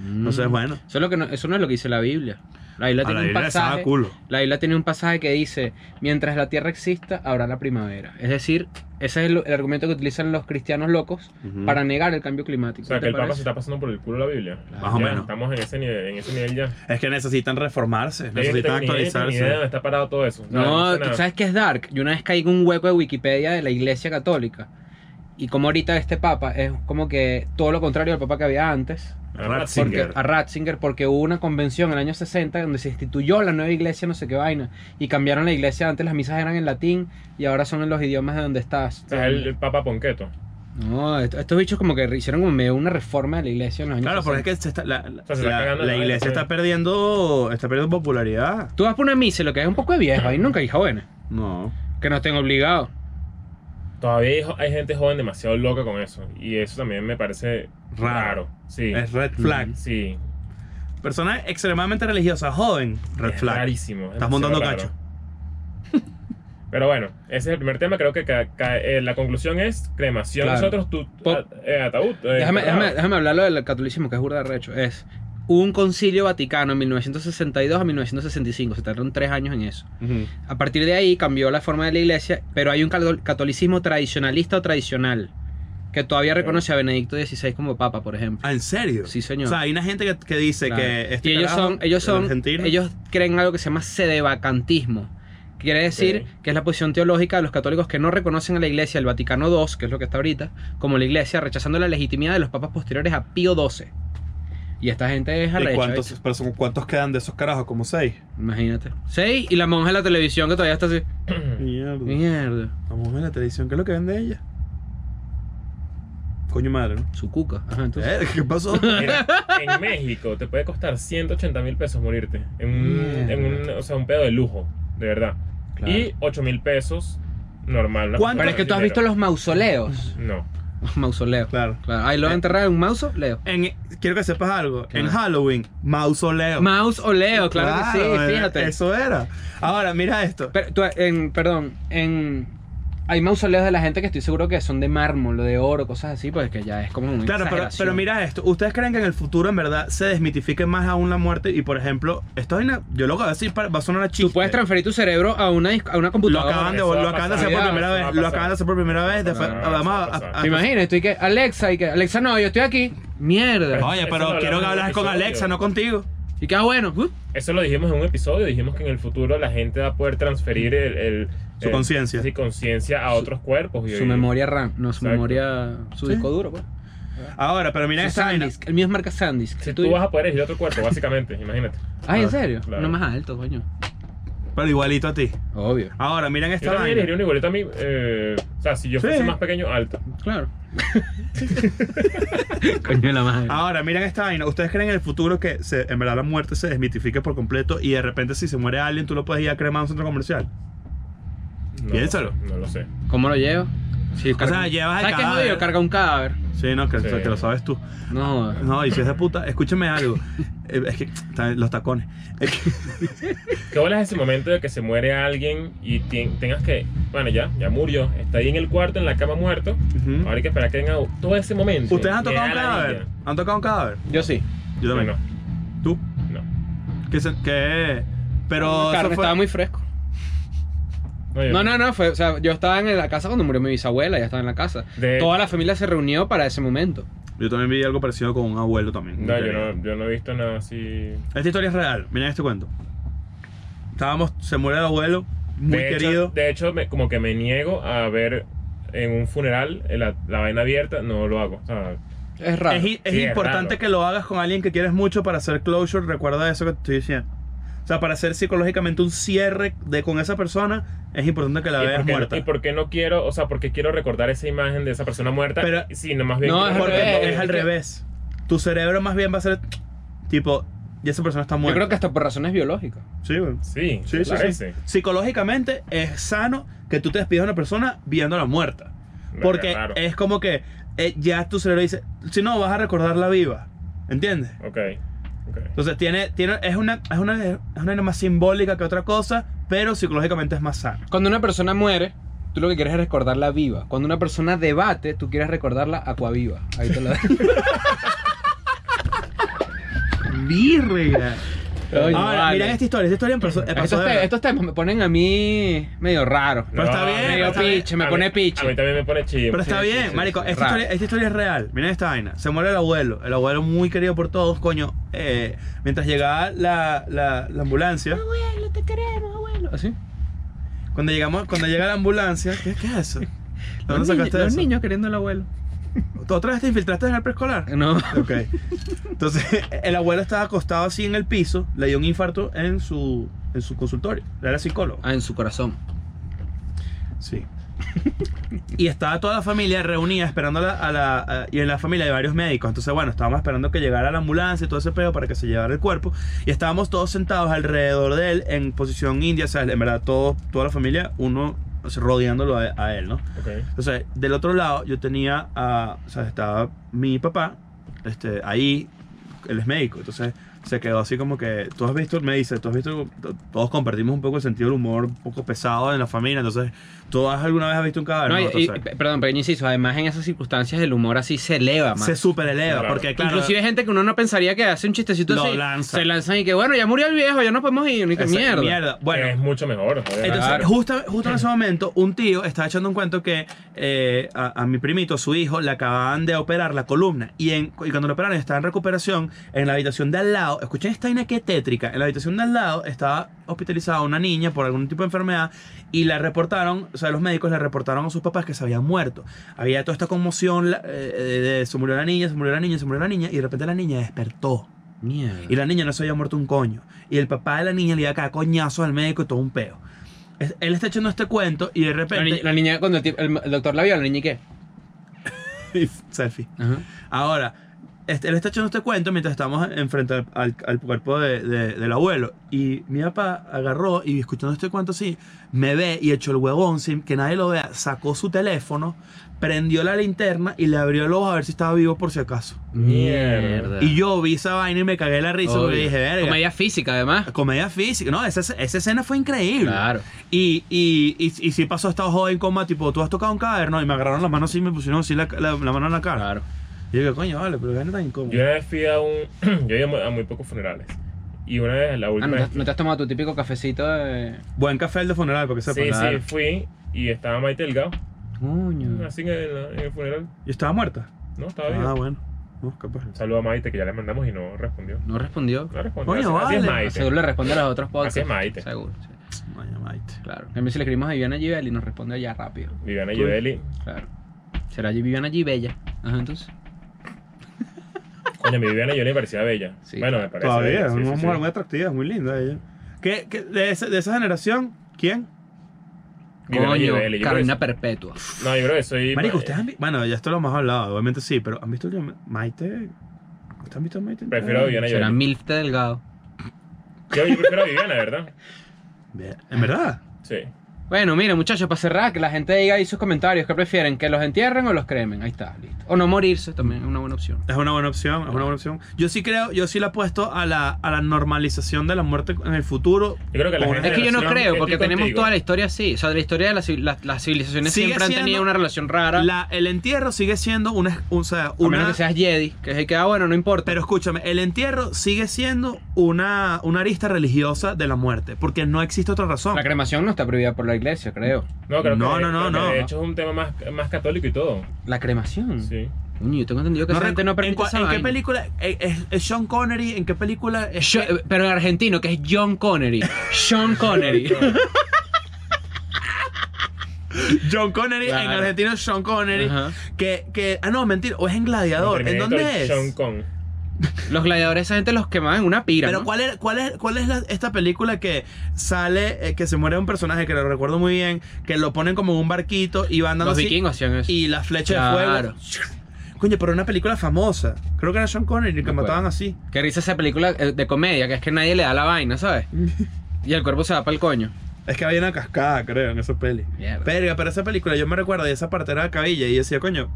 Speaker 4: Mm.
Speaker 3: Entonces, bueno.
Speaker 4: Eso, es lo que no, eso no es lo que dice la Biblia. La Biblia
Speaker 3: A
Speaker 4: tiene
Speaker 3: Ah,
Speaker 4: un
Speaker 3: la Biblia le
Speaker 4: pasaje.
Speaker 3: saca culo.
Speaker 4: La Biblia tiene un pasaje que dice, mientras la tierra exista, habrá la primavera. Es decir, ese es el, el argumento que utilizan los cristianos locos
Speaker 3: Ujú.
Speaker 4: para negar el cambio
Speaker 2: O
Speaker 4: climático.
Speaker 2: sea,
Speaker 4: ¿Te
Speaker 2: que el Papa se
Speaker 4: parece?
Speaker 2: está pasando por el culo la Biblia.
Speaker 3: Más o
Speaker 2: Ya,
Speaker 3: menos.
Speaker 2: Estamos en ese nivel, en ese nivel ya.
Speaker 3: Es que necesitan reformarse,
Speaker 2: Ya yo
Speaker 3: necesitan
Speaker 2: tengo ni idea, Ni idea de
Speaker 3: actualizarse.
Speaker 2: dónde está parado todo eso. O sea,
Speaker 4: No,
Speaker 2: sé nada.
Speaker 4: tú sabes que es dark. Yo una vez caí en un hueco de Wikipedia de la Iglesia Católica. Y como ahorita este Papa es como que todo lo contrario al Papa que había antes.
Speaker 2: Ah,
Speaker 3: Ratzinger.
Speaker 4: Porque, a Ratzinger, porque hubo una convención en el año 60 donde se instituyó la nueva iglesia, no sé qué vaina. Y cambiaron la iglesia. Antes las misas eran en latín y ahora son en los idiomas de donde estás.
Speaker 2: O sea, es el, el Papa Ponqueto.
Speaker 4: No, est- estos bichos como que hicieron como medio una reforma de la iglesia en los años
Speaker 3: Claro, porque es
Speaker 4: 60.
Speaker 3: que se está- la, la-
Speaker 2: sea, se está
Speaker 3: la-
Speaker 2: cagando
Speaker 3: la
Speaker 2: la
Speaker 3: iglesia
Speaker 2: vaina,
Speaker 3: está
Speaker 2: sí.
Speaker 3: perdiendo, está perdiendo popularidad.
Speaker 4: Tú vas por una misa y lo que hay es un poco de viejo, ahí nunca hay jóvenes.
Speaker 3: No.
Speaker 4: Que no estén obligados.
Speaker 2: Todavía hay, jo- hay gente joven demasiado loca con eso. Y eso también me parece
Speaker 3: Raro.
Speaker 2: raro. Sí.
Speaker 3: Es red flag.
Speaker 4: Mm.
Speaker 2: Sí.
Speaker 3: Persona extremadamente religiosa, joven, red
Speaker 2: Es
Speaker 3: flag.
Speaker 2: rarísimo, es
Speaker 3: Estás
Speaker 2: demasiado
Speaker 3: montando
Speaker 2: raro.
Speaker 3: cacho.
Speaker 2: Pero bueno, ese es el primer tema. Creo que ca- ca- eh, la conclusión es cremación.
Speaker 4: Claro.
Speaker 2: Nosotros, tú,
Speaker 4: Po-
Speaker 2: a- eh, ataúd. eh,
Speaker 4: Déjame,
Speaker 2: enterrado.
Speaker 4: déjame, déjame hablarlo del catolicismo, que es burda de recho. Es hubo un concilio vaticano en 1962 a 1965. Se tardaron tres años en eso. A partir de ahí cambió la forma de la iglesia, pero hay un catol- catolicismo tradicionalista o tradicional, que todavía reconoce a Benedicto XVI como papa, por ejemplo.
Speaker 3: Ah, ¿En serio?
Speaker 4: Sí, señor.
Speaker 3: O sea, hay una gente que, que dice
Speaker 4: Claro.
Speaker 3: que este
Speaker 4: y ellos
Speaker 3: carajo,
Speaker 4: son, ellos
Speaker 3: el
Speaker 4: son,
Speaker 3: argentino,
Speaker 4: ellos creen algo que se llama sedevacantismo, Quiere decir que es la posición teológica de los católicos que no reconocen a la Iglesia del Vaticano II, que es lo que está ahorita, como la Iglesia, rechazando la legitimidad de los papas posteriores a Pío XII. Y esta gente es arrecha.
Speaker 5: ¿Y cuántos,
Speaker 4: ¿viste?
Speaker 5: pero son- cuántos quedan de esos carajos? ¿Como seis?
Speaker 4: Imagínate. Sí, y la monja de la televisión que todavía está así.
Speaker 5: Mierda.
Speaker 4: Mierda.
Speaker 5: Vamos a ver la televisión. ¿Qué es lo que vende ella? Coño madre, ¿no?
Speaker 4: Su cuca. Ajá, entonces.
Speaker 5: Eh, ¿Qué pasó?
Speaker 2: Mira, en México te puede costar 180 mil pesos morirte. En, un- en un, o sea, un pedo de lujo, de verdad. Y 8 mil pesos normal. ¿no?
Speaker 3: ¿Cuánto?
Speaker 4: Pero es que tú has visto los mausoleos.
Speaker 2: No.
Speaker 4: Los mausoleos.
Speaker 5: Claro.
Speaker 4: Claro. Ahí lo
Speaker 3: Eh.
Speaker 4: han enterrado en un mausoleo.
Speaker 3: En- quiero que sepas algo.
Speaker 4: Claro.
Speaker 3: En Halloween, mausoleo.
Speaker 4: Mausoleo, claro, que
Speaker 3: Claro,
Speaker 4: sí,
Speaker 3: eh,
Speaker 4: fíjate.
Speaker 3: Eso era. Ahora, mira esto.
Speaker 4: Pero, tú, en, perdón, en... Hay mausoleos de la gente que estoy seguro que son de mármol o de oro, cosas así, pues que ya es como un
Speaker 3: Claro, pero, pero mira esto. ¿Ustedes creen que en el futuro, en verdad, se desmitifique más aún la muerte? Y, por ejemplo, esto es una- yo lo que voy a decir para- va a sonar a chiste.
Speaker 4: Tú puedes transferir tu cerebro a una, dis- a una
Speaker 3: Lo
Speaker 4: computadora.
Speaker 3: acaban, de,
Speaker 2: Eso va a
Speaker 3: lo acaban de hacer por
Speaker 4: pasar.
Speaker 3: primera
Speaker 2: Eso va a
Speaker 3: vez. Lo
Speaker 2: pasar.
Speaker 3: acaban de hacer por primera vez. Después,
Speaker 2: Eso va a
Speaker 3: vamos a-
Speaker 2: pasar.
Speaker 3: a- a-
Speaker 4: ¿Te imaginas? Estoy que, Alexa, y que, Alexa, no, yo estoy aquí. Mierda.
Speaker 3: Oye,
Speaker 2: Eso lo hablamos
Speaker 3: pero quiero que
Speaker 2: en un
Speaker 3: hablas con
Speaker 2: episodio.
Speaker 3: Alexa, no contigo.
Speaker 4: Y queda bueno. Uh,
Speaker 2: Eso lo dijimos en un episodio. Dijimos que en el futuro la gente va a poder transferir el, el-
Speaker 3: Su
Speaker 2: el-
Speaker 3: conciencia.
Speaker 2: sí, conciencia a otros cuerpos. y-
Speaker 4: Su memoria RAM, no, su
Speaker 2: Exacto.
Speaker 4: memoria, su
Speaker 3: Sí.
Speaker 4: disco duro, pues.
Speaker 3: Ahora, pero mira
Speaker 4: Su
Speaker 3: esta vaina.
Speaker 4: SanDisk. El mío es marca SanDisk.
Speaker 2: Si
Speaker 4: el
Speaker 2: tú
Speaker 4: tuyo-
Speaker 2: vas a poder elegir otro cuerpo, básicamente, imagínate.
Speaker 4: Ay, ¿en
Speaker 3: Claro,
Speaker 4: serio?
Speaker 2: claro.
Speaker 4: No más alto, coño.
Speaker 3: Pero igualito a ti.
Speaker 4: Obvio.
Speaker 3: Ahora, miren
Speaker 2: Yo
Speaker 3: esta
Speaker 2: también elegiría
Speaker 3: vaina.
Speaker 2: un igualito a mí. eh, o sea, si yo
Speaker 3: Sí.
Speaker 2: fuese más pequeño, alto.
Speaker 4: Claro. coño de la madre.
Speaker 3: Ahora, miren esta vaina. ¿Ustedes creen en el futuro que se- en verdad la muerte se desmitifique por completo y de repente si se muere alguien tú lo puedes ir a cremar a un centro comercial?
Speaker 2: No,
Speaker 3: Piénsalo.
Speaker 2: No lo sé.
Speaker 4: ¿Cómo lo llevo? Sí,
Speaker 3: O sea, llevas el
Speaker 4: ¿Sabes qué
Speaker 3: cadáver.
Speaker 4: jodido? Carga un cadáver.
Speaker 3: Sí, no, que,
Speaker 2: Sí.
Speaker 3: que lo sabes tú.
Speaker 4: No,
Speaker 3: No, y si es de puta, escúchame algo. Eh, Es que ta- los tacones. Es que-
Speaker 2: ¿Qué bolas ese momento de que se muere alguien y tien- tengas que. Bueno, ya, ya murió. Está ahí en el cuarto, en la cama muerto.
Speaker 3: Ujú.
Speaker 2: Ahora hay que esperar que venga todo ese momento.
Speaker 3: ¿Ustedes han
Speaker 2: Me
Speaker 3: tocado
Speaker 2: da
Speaker 3: un
Speaker 2: la
Speaker 3: cadáver?
Speaker 2: idea.
Speaker 3: ¿Han tocado un cadáver?
Speaker 4: yo sí.
Speaker 3: Yo también.
Speaker 2: Bueno,
Speaker 3: ¿Tú?
Speaker 2: no.
Speaker 3: ¿Qué? se- qué? Pero
Speaker 4: Carne,
Speaker 3: eso fue-
Speaker 4: estaba muy fresco.
Speaker 2: yo
Speaker 4: No, no, no, fue, o sea, yo estaba en la casa cuando murió mi bisabuela, ya estaba en la casa.
Speaker 2: De-
Speaker 4: Toda la familia se reunió para ese momento.
Speaker 3: Yo también vi algo parecido con un abuelo también.
Speaker 2: No, yo no, yo no he visto nada así.
Speaker 3: Esta historia es real. Miren este cuento. Estábamos, se muere el abuelo, muy
Speaker 2: de
Speaker 3: querido.
Speaker 2: Hecho, de hecho, me- como que me niego a ver en un funeral eh, la, la vaina abierta, no lo hago. O sea,
Speaker 4: Es raro.
Speaker 3: es i- es
Speaker 2: Sí, es
Speaker 3: importante
Speaker 2: raro.
Speaker 3: que lo hagas con alguien que quieres mucho para hacer closure. Recuerda eso que te estoy diciendo. O sea, para hacer psicológicamente un cierre de con esa persona, es importante que la
Speaker 2: ¿y,
Speaker 3: veas
Speaker 2: por qué,
Speaker 3: muerta.
Speaker 2: y por qué no quiero, o sea, porque quiero recordar esa imagen de esa persona muerta?
Speaker 3: Pero-
Speaker 2: sino más bien.
Speaker 4: No,
Speaker 2: que-
Speaker 4: es al
Speaker 3: Porque
Speaker 4: revés.
Speaker 3: es al
Speaker 4: que-
Speaker 3: revés. Tu cerebro más bien va a ser tipo, y esa persona está
Speaker 4: yo
Speaker 3: muerta.
Speaker 4: creo que hasta por razones biológicas.
Speaker 3: Sí, güey.
Speaker 2: Sí,
Speaker 3: Sí,
Speaker 2: me
Speaker 3: sí, sí.
Speaker 2: parece.
Speaker 3: Psicológicamente es sano que tú te despidas de una persona viéndola muerta. Porque
Speaker 2: Raro.
Speaker 3: es como que eh, ya tu cerebro dice, si no, vas a recordarla viva. ¿Entiendes?
Speaker 2: Ok. ok.
Speaker 3: Entonces tiene, tiene, es una es una, es una vaina más simbólica que otra cosa, pero psicológicamente es más sano.
Speaker 4: Cuando una persona muere, tú lo que quieres es recordarla viva. Cuando una persona debate, tú quieres recordarla acuaviva. Ahí te la
Speaker 3: Virga.
Speaker 4: Coño,
Speaker 3: Ahora,
Speaker 4: vale.
Speaker 3: miren esta historia, esta historia empezó, empezó
Speaker 4: estos,
Speaker 3: de
Speaker 4: te-
Speaker 3: verdad.
Speaker 4: estos temas me ponen a mí medio raro.
Speaker 3: Pero está bien,
Speaker 4: medio
Speaker 3: está bien.
Speaker 4: piche, me
Speaker 2: A
Speaker 4: pone
Speaker 2: mí-
Speaker 4: piche.
Speaker 2: A mí también me pone chivo.
Speaker 3: Pero está
Speaker 4: Sí, sí,
Speaker 3: bien,
Speaker 4: sí,
Speaker 3: marico.
Speaker 4: sí,
Speaker 3: esta,
Speaker 4: raro.
Speaker 3: historia, esta historia es real. Miren esta vaina. Se muere el abuelo. El abuelo muy querido por todos, coño. Eh, mientras llegaba la, la- la ambulancia,
Speaker 1: Abuelo, te queremos, abuelo.
Speaker 4: ¿Así?
Speaker 3: cuando llegamos, cuando llega la ambulancia, ¿qué, qué es eso? ¿De ¿Dónde
Speaker 4: Los, niños-
Speaker 3: sacaste
Speaker 4: los
Speaker 3: eso?
Speaker 4: niños queriendo al abuelo.
Speaker 3: ¿Tú otra vez te infiltraste en el preescolar?
Speaker 4: No.
Speaker 3: Ok. Entonces, el abuelo estaba acostado así en el piso, le dio un infarto en su, en su consultorio. Era psicólogo.
Speaker 4: Ah, en su corazón.
Speaker 3: Sí. Y estaba toda la familia reunida esperando a la, a la- a- y en la familia hay varios médicos. Entonces, bueno, estábamos esperando que llegara la ambulancia y todo ese pedo para que se llevara el cuerpo. Y estábamos todos sentados alrededor de él en posición india. O sea, en verdad, todo, toda la familia, uno o sea, rodeándolo a, a él, ¿no?
Speaker 2: Ok.
Speaker 3: Entonces, del otro lado, yo tenía a. O sea, estaba mi papá, este, ahí, él es médico. Entonces, se quedó así como que. Tú has visto, me dice, tú has visto. to- Todos compartimos un poco el sentido del humor, un poco pesado en la familia. Entonces, ¿tú has- alguna vez has visto un cadáver?
Speaker 4: No,
Speaker 3: No,
Speaker 4: y- y-
Speaker 3: entonces,
Speaker 4: pe- perdón, pequeño inciso. Además, en esas circunstancias el humor así se eleva más.
Speaker 3: se super eleva,
Speaker 2: Claro.
Speaker 3: porque claro.
Speaker 4: Inclusive hay gente que uno no pensaría que hace un chistecito
Speaker 3: Lo
Speaker 4: así.
Speaker 3: lanza.
Speaker 4: Se lanzan y que bueno, ya murió el viejo, ya nos podemos ir. Ni que
Speaker 3: esa-
Speaker 4: mierda.
Speaker 3: Bueno,
Speaker 2: es mucho mejor. joder.
Speaker 3: Entonces,
Speaker 4: Claro.
Speaker 3: justo, justo en ese momento, un tío estaba echando un cuento que eh, a, a mi primito, su hijo, le acababan de operar la columna. Y, en, y cuando lo operaron, estaba en recuperación, en la habitación de al lado lado, escuchen esta vaina que tétrica, en la habitación de al lado estaba hospitalizada una niña por algún tipo de enfermedad y la reportaron, o sea, los médicos le reportaron a sus papás que se había muerto. Había toda esta conmoción, la- eh, de, de se murió la niña, se murió la niña, se murió la niña y de repente la niña despertó.
Speaker 4: Mierda.
Speaker 3: Y la niña no se había muerto un coño. Y el papá de la niña le iba a caer coñazos al médico y todo un peo. Es- Él está echando este cuento y de
Speaker 4: La,
Speaker 3: repente...
Speaker 4: niña, la niña, cuando el, tipo- el- el doctor la vio, la niña ¿y qué.
Speaker 3: Selfie.
Speaker 4: Ajá.
Speaker 3: Ahora, este, él está echando este cuento mientras estamos enfrente al, al- al cuerpo de- de- del abuelo. Y mi papá agarró y escuchando este cuento así, me ve y echó el huevón sin que nadie lo vea. Sacó su teléfono, prendió la linterna y le abrió el ojo a ver si estaba vivo por si acaso.
Speaker 2: Mierda.
Speaker 3: Y yo vi esa vaina y me cagué la risa porque
Speaker 4: Obvio.
Speaker 3: dije, verga. Comedia,
Speaker 4: Comedia física, además.
Speaker 3: física. No, esa, esa escena fue increíble.
Speaker 4: Claro.
Speaker 3: Y, y, y, y sí pasó esta joven coma, tipo, tú has tocado un caderno y me agarraron la mano así y me pusieron así la, la- la mano en la cara.
Speaker 4: Claro.
Speaker 3: Y yo digo, coño, vale, pero gana tan incómodo.
Speaker 2: Yo una vez fui a un. Yo he ido a muy pocos funerales. Y una vez, la
Speaker 4: Ah,
Speaker 2: última
Speaker 4: ¿no,
Speaker 2: vez.
Speaker 4: te, no te has tomado tu típico cafecito de.
Speaker 3: Buen café el de funeral, porque sepa.
Speaker 2: Sí, sí,
Speaker 3: Claro.
Speaker 2: fui y estaba Maite Delgado.
Speaker 4: Coño.
Speaker 2: Así que en, la- en el funeral.
Speaker 3: ¿Y estaba muerta?
Speaker 2: No, estaba bien.
Speaker 3: Ah, bueno. No, capaz.
Speaker 2: Un saludo a Maite que ya le mandamos y no respondió.
Speaker 4: No respondió.
Speaker 2: No respondió.
Speaker 3: Coño,
Speaker 2: así, así
Speaker 3: vale.
Speaker 2: es
Speaker 4: Seguro
Speaker 2: Maite.
Speaker 4: le responde a los otros podcasts.
Speaker 2: Así es Maite.
Speaker 4: Seguro, sí.
Speaker 3: Vaya, maite.
Speaker 4: Claro. En cambio, si le escribimos a Viviana Givelli, nos responde ya rápido.
Speaker 2: Viviana Givelli.
Speaker 4: Claro. Será Viviana Gibella. Ajá, entonces.
Speaker 2: Coño, mi Viviana Givelli me parecía bella.
Speaker 4: Sí.
Speaker 2: Bueno, me parece.
Speaker 5: Todavía,
Speaker 2: bella,
Speaker 5: es
Speaker 2: sí,
Speaker 5: una
Speaker 2: sí, sí.
Speaker 5: mujer muy atractiva, muy linda ella.
Speaker 3: ¿Qué, qué- de, esa, de esa generación? ¿Quién?
Speaker 2: Viviana
Speaker 4: Coño,
Speaker 2: Givelli, yo
Speaker 4: Carolina
Speaker 2: creo
Speaker 4: Perpetua.
Speaker 2: que- No, yo creo que soy.
Speaker 3: Marico, ¿ustedes han visto? Bueno, ya esto lo hemos hablado, obviamente sí, pero ¿han visto el de Maite? ¿Ustedes han visto a Maite?
Speaker 2: Prefiero a Viviana
Speaker 4: Será
Speaker 2: Givelli.
Speaker 4: Milfte Delgado.
Speaker 2: Yo, yo prefiero a Viviana, ¿verdad?
Speaker 3: Bien. ¿En verdad?
Speaker 2: Sí.
Speaker 4: Bueno, miren, muchachos, para cerrar, que la gente diga ahí sus comentarios. ¿Qué prefieren? ¿Que los entierren o los cremen? Ahí está, listo. O no morirse también es una buena opción.
Speaker 3: Es una buena opción, es una buena opción. Yo sí creo, yo sí la apuesto a la, a la normalización de la muerte en el futuro.
Speaker 2: Yo creo que la
Speaker 3: Con-
Speaker 2: gente
Speaker 4: Es que yo no
Speaker 2: relación-
Speaker 4: creo,
Speaker 2: estoy
Speaker 4: porque tenemos
Speaker 2: contigo.
Speaker 4: toda la historia así. O sea, de la historia de las civil- las- las civilizaciones
Speaker 3: Sigue
Speaker 4: siempre han
Speaker 3: siendo
Speaker 4: tenido una relación rara.
Speaker 3: La, el entierro sigue siendo una, o sea,
Speaker 4: A menos
Speaker 3: una
Speaker 4: que seas Jedi, que es el que, ah, bueno, no importa.
Speaker 3: Pero escúchame, el entierro sigue siendo una, una arista religiosa de la muerte, porque no existe otra razón.
Speaker 4: la cremación no está prohibida por la iglesia, creo.
Speaker 2: No, creo
Speaker 3: No,
Speaker 2: que,
Speaker 3: no, no,
Speaker 2: creo que
Speaker 3: no.
Speaker 2: De hecho, es un tema más, más católico y todo.
Speaker 4: ¿La cremación?
Speaker 2: Sí.
Speaker 4: Coño, yo tengo entendido que
Speaker 3: No
Speaker 4: esa gente
Speaker 3: recu-
Speaker 4: no
Speaker 3: ¿en
Speaker 4: permite
Speaker 3: cua-
Speaker 4: esa
Speaker 3: ¿En, qué
Speaker 4: vaina.
Speaker 3: película es, es- es Sean Connery? ¿En qué película es
Speaker 4: Yo- eh,
Speaker 3: que-
Speaker 4: pero el argentino, que es John Connery. Sean Connery.
Speaker 3: John Connery? En
Speaker 4: Claro.
Speaker 3: argentino es Sean Connery.
Speaker 4: Ajá.
Speaker 3: Que, que, ah, no, mentira, o es en Gladiador. ¿En dónde es?
Speaker 2: Sean Kong.
Speaker 4: Los gladiadores, esa gente los quemaban en una pira.
Speaker 3: Pero
Speaker 4: ¿no?
Speaker 3: ¿cuál, era- cuál es, cuál es la- esta película que sale, eh, que se muere un personaje que lo recuerdo muy bien, que lo ponen como en un barquito y van dando
Speaker 4: Los
Speaker 3: así,
Speaker 4: vikingos hacían eso.
Speaker 3: y la flecha
Speaker 4: Claro.
Speaker 3: de fuego? Coño, pero una película famosa. Creo que era Sean Connery que
Speaker 4: acuerdo.
Speaker 3: mataban así.
Speaker 4: Qué risa esa película eh, de comedia, que es que nadie le da la vaina, ¿sabes? y el cuerpo se va para el coño.
Speaker 5: Es que había una cascada, creo, en esa peli.
Speaker 4: Mierda.
Speaker 3: Verga, pero esa película yo me recuerdo y esa parte era de cabilla y decía, coño,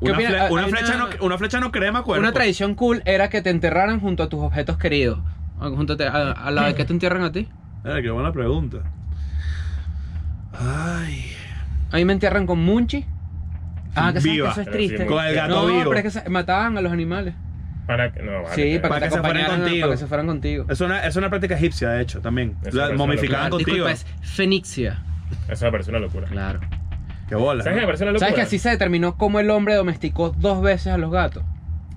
Speaker 3: una,
Speaker 4: opinas?
Speaker 3: fle-
Speaker 4: ah, Hay
Speaker 3: una
Speaker 4: una-
Speaker 3: flecha no, una flecha no crema cuerpo.
Speaker 4: Una tradición cool era que te enterraran junto a tus objetos queridos. O Junto a, te- a- a la de que te entierran a ti.
Speaker 5: Era, qué buena pregunta.
Speaker 3: Ay.
Speaker 4: A mí me entierran con Munchi. Ah, que, sabes que
Speaker 3: Viva.
Speaker 4: eso es triste.
Speaker 2: Con
Speaker 5: el gato
Speaker 4: no,
Speaker 5: vivo.
Speaker 4: pero es que sa- mataban a los animales.
Speaker 2: Para que. No, vale.
Speaker 4: sí,
Speaker 2: pero-
Speaker 4: para, que, se fueran
Speaker 3: contigo.
Speaker 4: Para que se fueran contigo.
Speaker 3: Es una, es una práctica egipcia, de hecho, también.
Speaker 2: Eso
Speaker 3: La
Speaker 2: parece
Speaker 4: Claro,
Speaker 3: momificaban contigo.
Speaker 4: disculpa, es Fenixia.
Speaker 2: Eso me parece una locura.
Speaker 4: Claro.
Speaker 3: Qué bola.
Speaker 2: ¿Sabes qué me
Speaker 3: ¿no?
Speaker 2: parece una locura?
Speaker 4: ¿Sabes que así se determinó cómo el hombre domesticó dos veces a los gatos?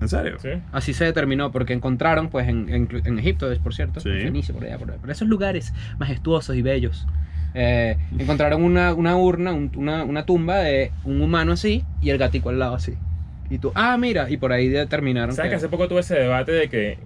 Speaker 5: ¿En serio?
Speaker 2: Sí.
Speaker 4: Así se determinó, porque encontraron, pues, en, en- en Egipto, es por cierto,
Speaker 5: Sí.
Speaker 4: en Fenicia, por allá, por, allá, por esos lugares majestuosos y bellos, eh, encontraron una, una urna, un- una, una tumba de un humano así y el gatico al lado así. Y tú, ah, mira, y por ahí determinaron.
Speaker 2: ¿Sabes que hace poco tuve ese debate de que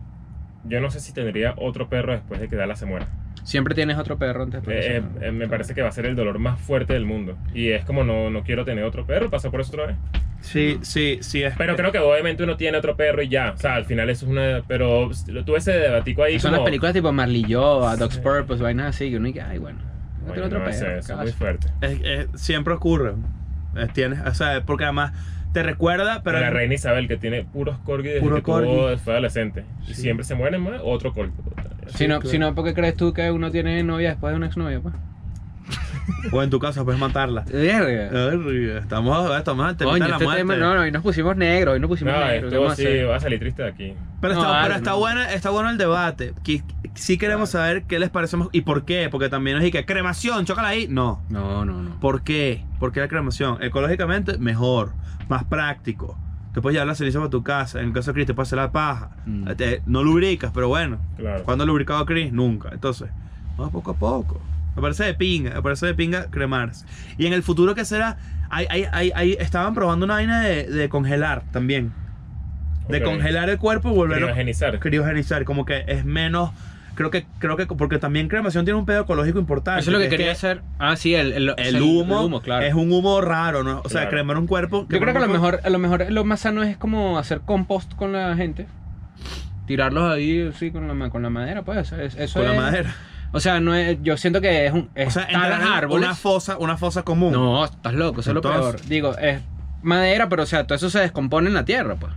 Speaker 2: yo no sé si tendría otro perro después de que Dala se muera?
Speaker 4: Siempre tienes otro perro antes de
Speaker 2: Eh, eh, eh, me parece que va a ser el dolor más fuerte del mundo. Y es como no, no quiero tener otro perro, pasa por eso otra vez.
Speaker 3: Sí, sí, sí. Es,
Speaker 2: Pero creo que obviamente uno tiene otro perro y ya. O sea, al final eso es una. Pero lo- tuve ese debatico ahí.
Speaker 4: Son
Speaker 2: como,
Speaker 4: las películas tipo Marley Joa, Dog's
Speaker 2: Sí.
Speaker 4: Purpose, vainas así, que uno dice, ay, bueno, no
Speaker 2: Oye,
Speaker 4: tiene otro
Speaker 2: no, eso-
Speaker 4: perro.
Speaker 2: eso es
Speaker 4: ¿qué
Speaker 2: muy
Speaker 4: pasa?
Speaker 2: fuerte.
Speaker 3: es- es- siempre ocurre. Es- tienes, o sea, porque además te recuerda, pero...
Speaker 2: la reina Isabel que tiene puros corgi desde
Speaker 3: Puro
Speaker 2: que tuvo-
Speaker 3: corgi.
Speaker 2: fue adolescente. Y
Speaker 3: Sí.
Speaker 2: siempre se mueren más, otro corgi.
Speaker 4: Si no, si no, ¿por qué crees tú que uno tiene novia después de una exnovia? Pues?
Speaker 3: O en tu caso, puedes matarla.
Speaker 4: Verga.
Speaker 3: Ay, estamos, estamos ante
Speaker 4: Coño,
Speaker 3: la
Speaker 4: este
Speaker 3: muerte.
Speaker 4: tema, no, no, hoy nos pusimos negro, hoy nos pusimos
Speaker 2: No,
Speaker 4: negro. ¿qué
Speaker 2: esto
Speaker 4: vamos a
Speaker 2: sí
Speaker 4: hacer?
Speaker 2: va a salir triste de aquí.
Speaker 3: Pero,
Speaker 4: No,
Speaker 3: está,
Speaker 4: vale,
Speaker 3: pero está,
Speaker 4: no.
Speaker 3: bueno, está bueno el debate. Que- que- Sí queremos saber qué les parece más- y por qué. Porque también nos dije, cremación, chócala ahí. No.
Speaker 4: No, no, no.
Speaker 3: ¿Por qué? ¿Por qué la cremación? Ecológicamente, mejor. Más práctico. Te puedes llevar la ceniza para tu casa. En el caso de Chris, te puedes hacer la paja.
Speaker 4: Mm.
Speaker 3: Te- no lubricas, pero bueno.
Speaker 2: Claro.
Speaker 3: ¿Cuándo ha lubricado Chris? Nunca. Entonces, vamos poco a poco. Me parece de pinga, me parece de pinga cremarse. Y en el futuro, ¿qué será? Hay, hay, hay, hay- estaban probando una vaina de, de congelar también. De
Speaker 2: Ok.
Speaker 3: congelar el cuerpo y volverlo
Speaker 2: Criogenizar.
Speaker 3: criogenizar, como que es menos. Creo que, creo que, porque también cremación tiene un pedo ecológico importante.
Speaker 4: Eso es lo que
Speaker 3: que
Speaker 4: quería hacer. Ah, sí, el, el-
Speaker 3: El,
Speaker 4: el
Speaker 3: humo,
Speaker 4: claro.
Speaker 3: es un humo raro, ¿no? O sea,
Speaker 2: Claro.
Speaker 3: cremar un cuerpo.
Speaker 4: Yo creo que a lo
Speaker 3: cremar un
Speaker 4: mejor, a lo mejor lo más sano es como hacer compost con la gente. Tirarlos ahí, sí, con la, ma- con la madera, pues. Eso, es- eso
Speaker 3: cuerpo Con la
Speaker 4: es-
Speaker 3: madera.
Speaker 4: O sea, no es, yo siento que es un. Es
Speaker 3: O sea,
Speaker 4: talas
Speaker 3: enterrar en
Speaker 4: árboles.
Speaker 3: Una fosa, una fosa común.
Speaker 4: No, estás loco, eso es lo
Speaker 3: Entonces-
Speaker 4: peor. Digo, es madera, pero o sea, todo eso se descompone en la tierra, pues.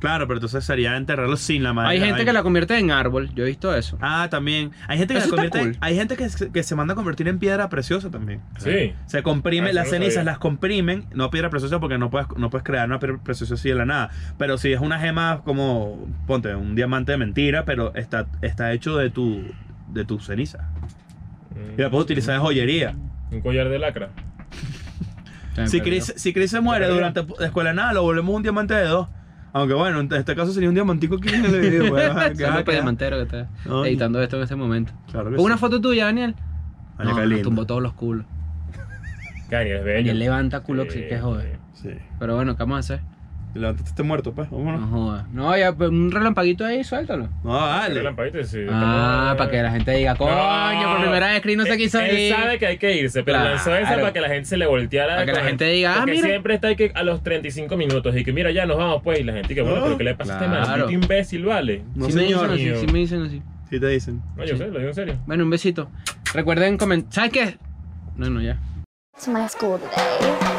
Speaker 3: Claro, pero entonces sería enterrarlo sin la madera.
Speaker 4: Hay gente
Speaker 3: Ay.
Speaker 4: que la convierte en árbol, yo he visto eso.
Speaker 3: Ah, también. Hay gente que, la
Speaker 4: Eso está
Speaker 3: convierte-
Speaker 4: cool.
Speaker 3: hay gente que, se- que se manda a convertir en piedra preciosa también.
Speaker 2: Sí.
Speaker 3: Se comprime,
Speaker 2: Ah, eso
Speaker 3: las
Speaker 2: no
Speaker 3: cenizas
Speaker 2: sabía.
Speaker 3: las comprimen, no piedra preciosa porque no puedes, no puedes crear una piedra preciosa así de la nada. Pero si es una gema como, ponte, un diamante de mentira, pero está, está hecho de tu, de tu ceniza. Y la puedes utilizar de joyería.
Speaker 2: Mm. Un collar de lacra.
Speaker 4: Se me
Speaker 3: Si
Speaker 4: perdió.
Speaker 3: Chris, si Chris se muere
Speaker 2: perdió.
Speaker 3: durante la escuela de nada, lo volvemos un diamante de dos. Aunque bueno, en este caso sería un diamantico aquí en el video. güey. Ajá, que-
Speaker 4: Saludos
Speaker 3: ajá,
Speaker 4: para
Speaker 3: que-
Speaker 4: Diamantero que está
Speaker 3: Oye.
Speaker 4: editando esto en este momento.
Speaker 3: Claro que
Speaker 4: Pon una Ah,
Speaker 3: sí.
Speaker 4: foto tuya, Daniel.
Speaker 3: Coño,
Speaker 4: no,
Speaker 3: qué
Speaker 4: nos
Speaker 3: lindo.
Speaker 4: tumbó todos los culos.
Speaker 2: Daniel es bello.
Speaker 4: Daniel levanta culo que sí que jode.
Speaker 5: Sí.
Speaker 4: Pero bueno, ¿qué vamos a hacer?
Speaker 5: Levántate, esté muerto, pues. Vámonos.
Speaker 4: No joda. No, ya, pues, un relampaguito ahí, suéltalo.
Speaker 3: No,
Speaker 2: Dale.
Speaker 3: vale.
Speaker 4: Ah, para que la gente diga, coño, por primera vez Chris no se quiso
Speaker 2: Eh, Él
Speaker 4: ir.
Speaker 2: sabe que hay que irse, pero
Speaker 4: Claro.
Speaker 2: lanzó esa para que la gente se le volteara.
Speaker 4: Para que la
Speaker 2: con-
Speaker 4: gente diga, ah,
Speaker 2: porque
Speaker 4: mira.
Speaker 2: siempre está ahí que a los 35 minutos y que mira, ya nos vamos pues. Y la gente que, bueno,
Speaker 5: No.
Speaker 2: pero ¿qué le pasa a
Speaker 4: Claro.
Speaker 2: este maldito imbécil, vale?
Speaker 5: Ah. No,
Speaker 4: Sí me dicen
Speaker 5: señor.
Speaker 4: así, sí me dicen así.
Speaker 5: Sí te dicen.
Speaker 2: No, yo sé, lo digo en serio.
Speaker 4: Bueno, un besito. Recuerden comentar. ¿Sabes qué? No, no, ya.
Speaker 6: to my school today.